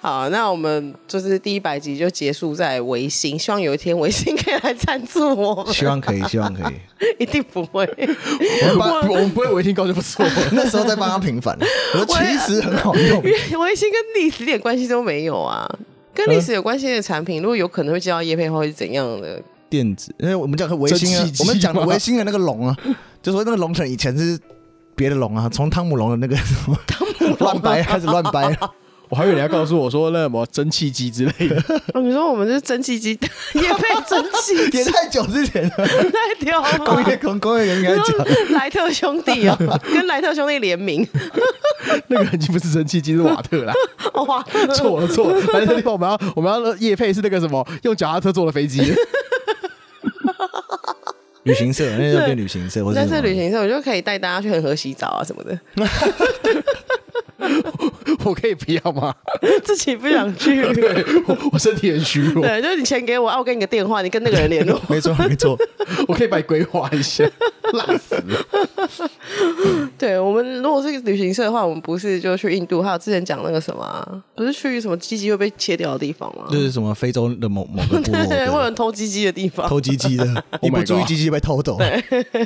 [SPEAKER 3] 好，那我们就是第一百集就结束在维新，希望有一天维新 可以来赞助我们，
[SPEAKER 1] 希望可以，希望可 以。
[SPEAKER 3] 一定不会。
[SPEAKER 2] 我们把我们不会违停高就不错。
[SPEAKER 1] 那时候在帮他平反，啊我说其实很好用。
[SPEAKER 3] 维新跟历史一点关系都没有啊，跟历史有关系的产品，如果有可能会接到叶配后是怎样的？
[SPEAKER 1] 电子，因为我们讲的维新啊
[SPEAKER 2] 蒸汽，机
[SPEAKER 1] 我
[SPEAKER 2] 吗
[SPEAKER 1] 们讲的维新的那个 龙啊，就说那个龙城以前是别的龙啊，从汤姆龙的 那个什么
[SPEAKER 3] 啊
[SPEAKER 1] 乱掰开始乱掰， 啊
[SPEAKER 2] 我还以为你要告诉我说那什么蒸汽机之类 的，
[SPEAKER 3] 哦，你说我们是蒸汽机，叶配蒸 汽
[SPEAKER 1] 也
[SPEAKER 3] 机
[SPEAKER 1] 太久之前了。
[SPEAKER 3] 那条吗
[SPEAKER 1] 工 业工工业园应该讲，
[SPEAKER 3] 莱特兄弟哦，跟莱特兄弟联名，
[SPEAKER 2] 那个已经不是蒸汽机，是瓦特啦。
[SPEAKER 3] 哇，
[SPEAKER 2] 错了错了，反正这地方我们要我们要夜配是那个什么用脚踏车坐的飞 机，
[SPEAKER 1] 旅行社那时候变旅行社，或者
[SPEAKER 3] 在
[SPEAKER 1] 什
[SPEAKER 3] 这
[SPEAKER 1] 么
[SPEAKER 3] 旅行社，我就可以带大家去恒河洗澡啊什么的，
[SPEAKER 2] 我可以不要吗？
[SPEAKER 3] 自己不想 去。
[SPEAKER 2] 对我我身体很虚弱，
[SPEAKER 3] 对，就是你钱给我，啊，我给你个电话，你跟那个人 联络。
[SPEAKER 1] 没错没错，
[SPEAKER 2] 我可以把你规划一 下，烂死了。
[SPEAKER 3] 对我们如果是旅行社的话，我们不是就去印度，还有之前讲那个什么啊，不是去什么鸡鸡会被切掉的地方吗？
[SPEAKER 1] 就
[SPEAKER 3] 对
[SPEAKER 1] 是什么非洲的某某 个部落
[SPEAKER 3] 对，会有，Oh
[SPEAKER 1] 对
[SPEAKER 3] 人偷鸡鸡的地方。
[SPEAKER 1] 偷鸡鸡的， 一不注意
[SPEAKER 2] God
[SPEAKER 1] 鸡鸡被偷走，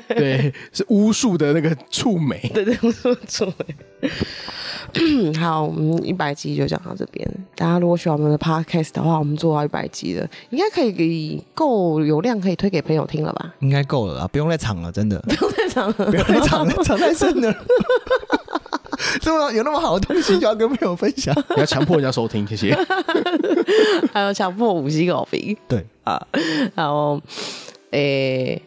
[SPEAKER 2] 对，是巫术的那个触媒。
[SPEAKER 3] 对对，我说错了。 好，我们一百集就讲到这边。大家如果喜欢我们的 podcast 的话，我们做到一百集了，应该可以够流量，可以推给朋友听 了吧？
[SPEAKER 1] 应该够了啦，不用再藏了，真的。
[SPEAKER 3] 不用再讲了
[SPEAKER 1] 不。要再藏 了，藏太深了。 这么有那么好的东西，就要跟朋友分 享。
[SPEAKER 2] 你要强迫人家收听，谢谢。
[SPEAKER 3] 还有强迫五星好评
[SPEAKER 1] 对，
[SPEAKER 3] 啊，然后诶。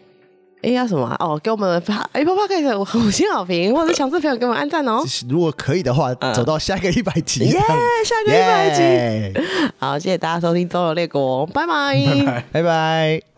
[SPEAKER 3] 哎要什么啊、哦，给我们发 Apple Podcast 五星好评，或者强制朋友给我们按赞哦！
[SPEAKER 1] 如果可以的话，走到下一个一百集。
[SPEAKER 3] 嗯耶、下个礼拜集
[SPEAKER 1] 耶
[SPEAKER 3] 好，谢谢大家收听《周游列国》，拜拜
[SPEAKER 1] 拜拜。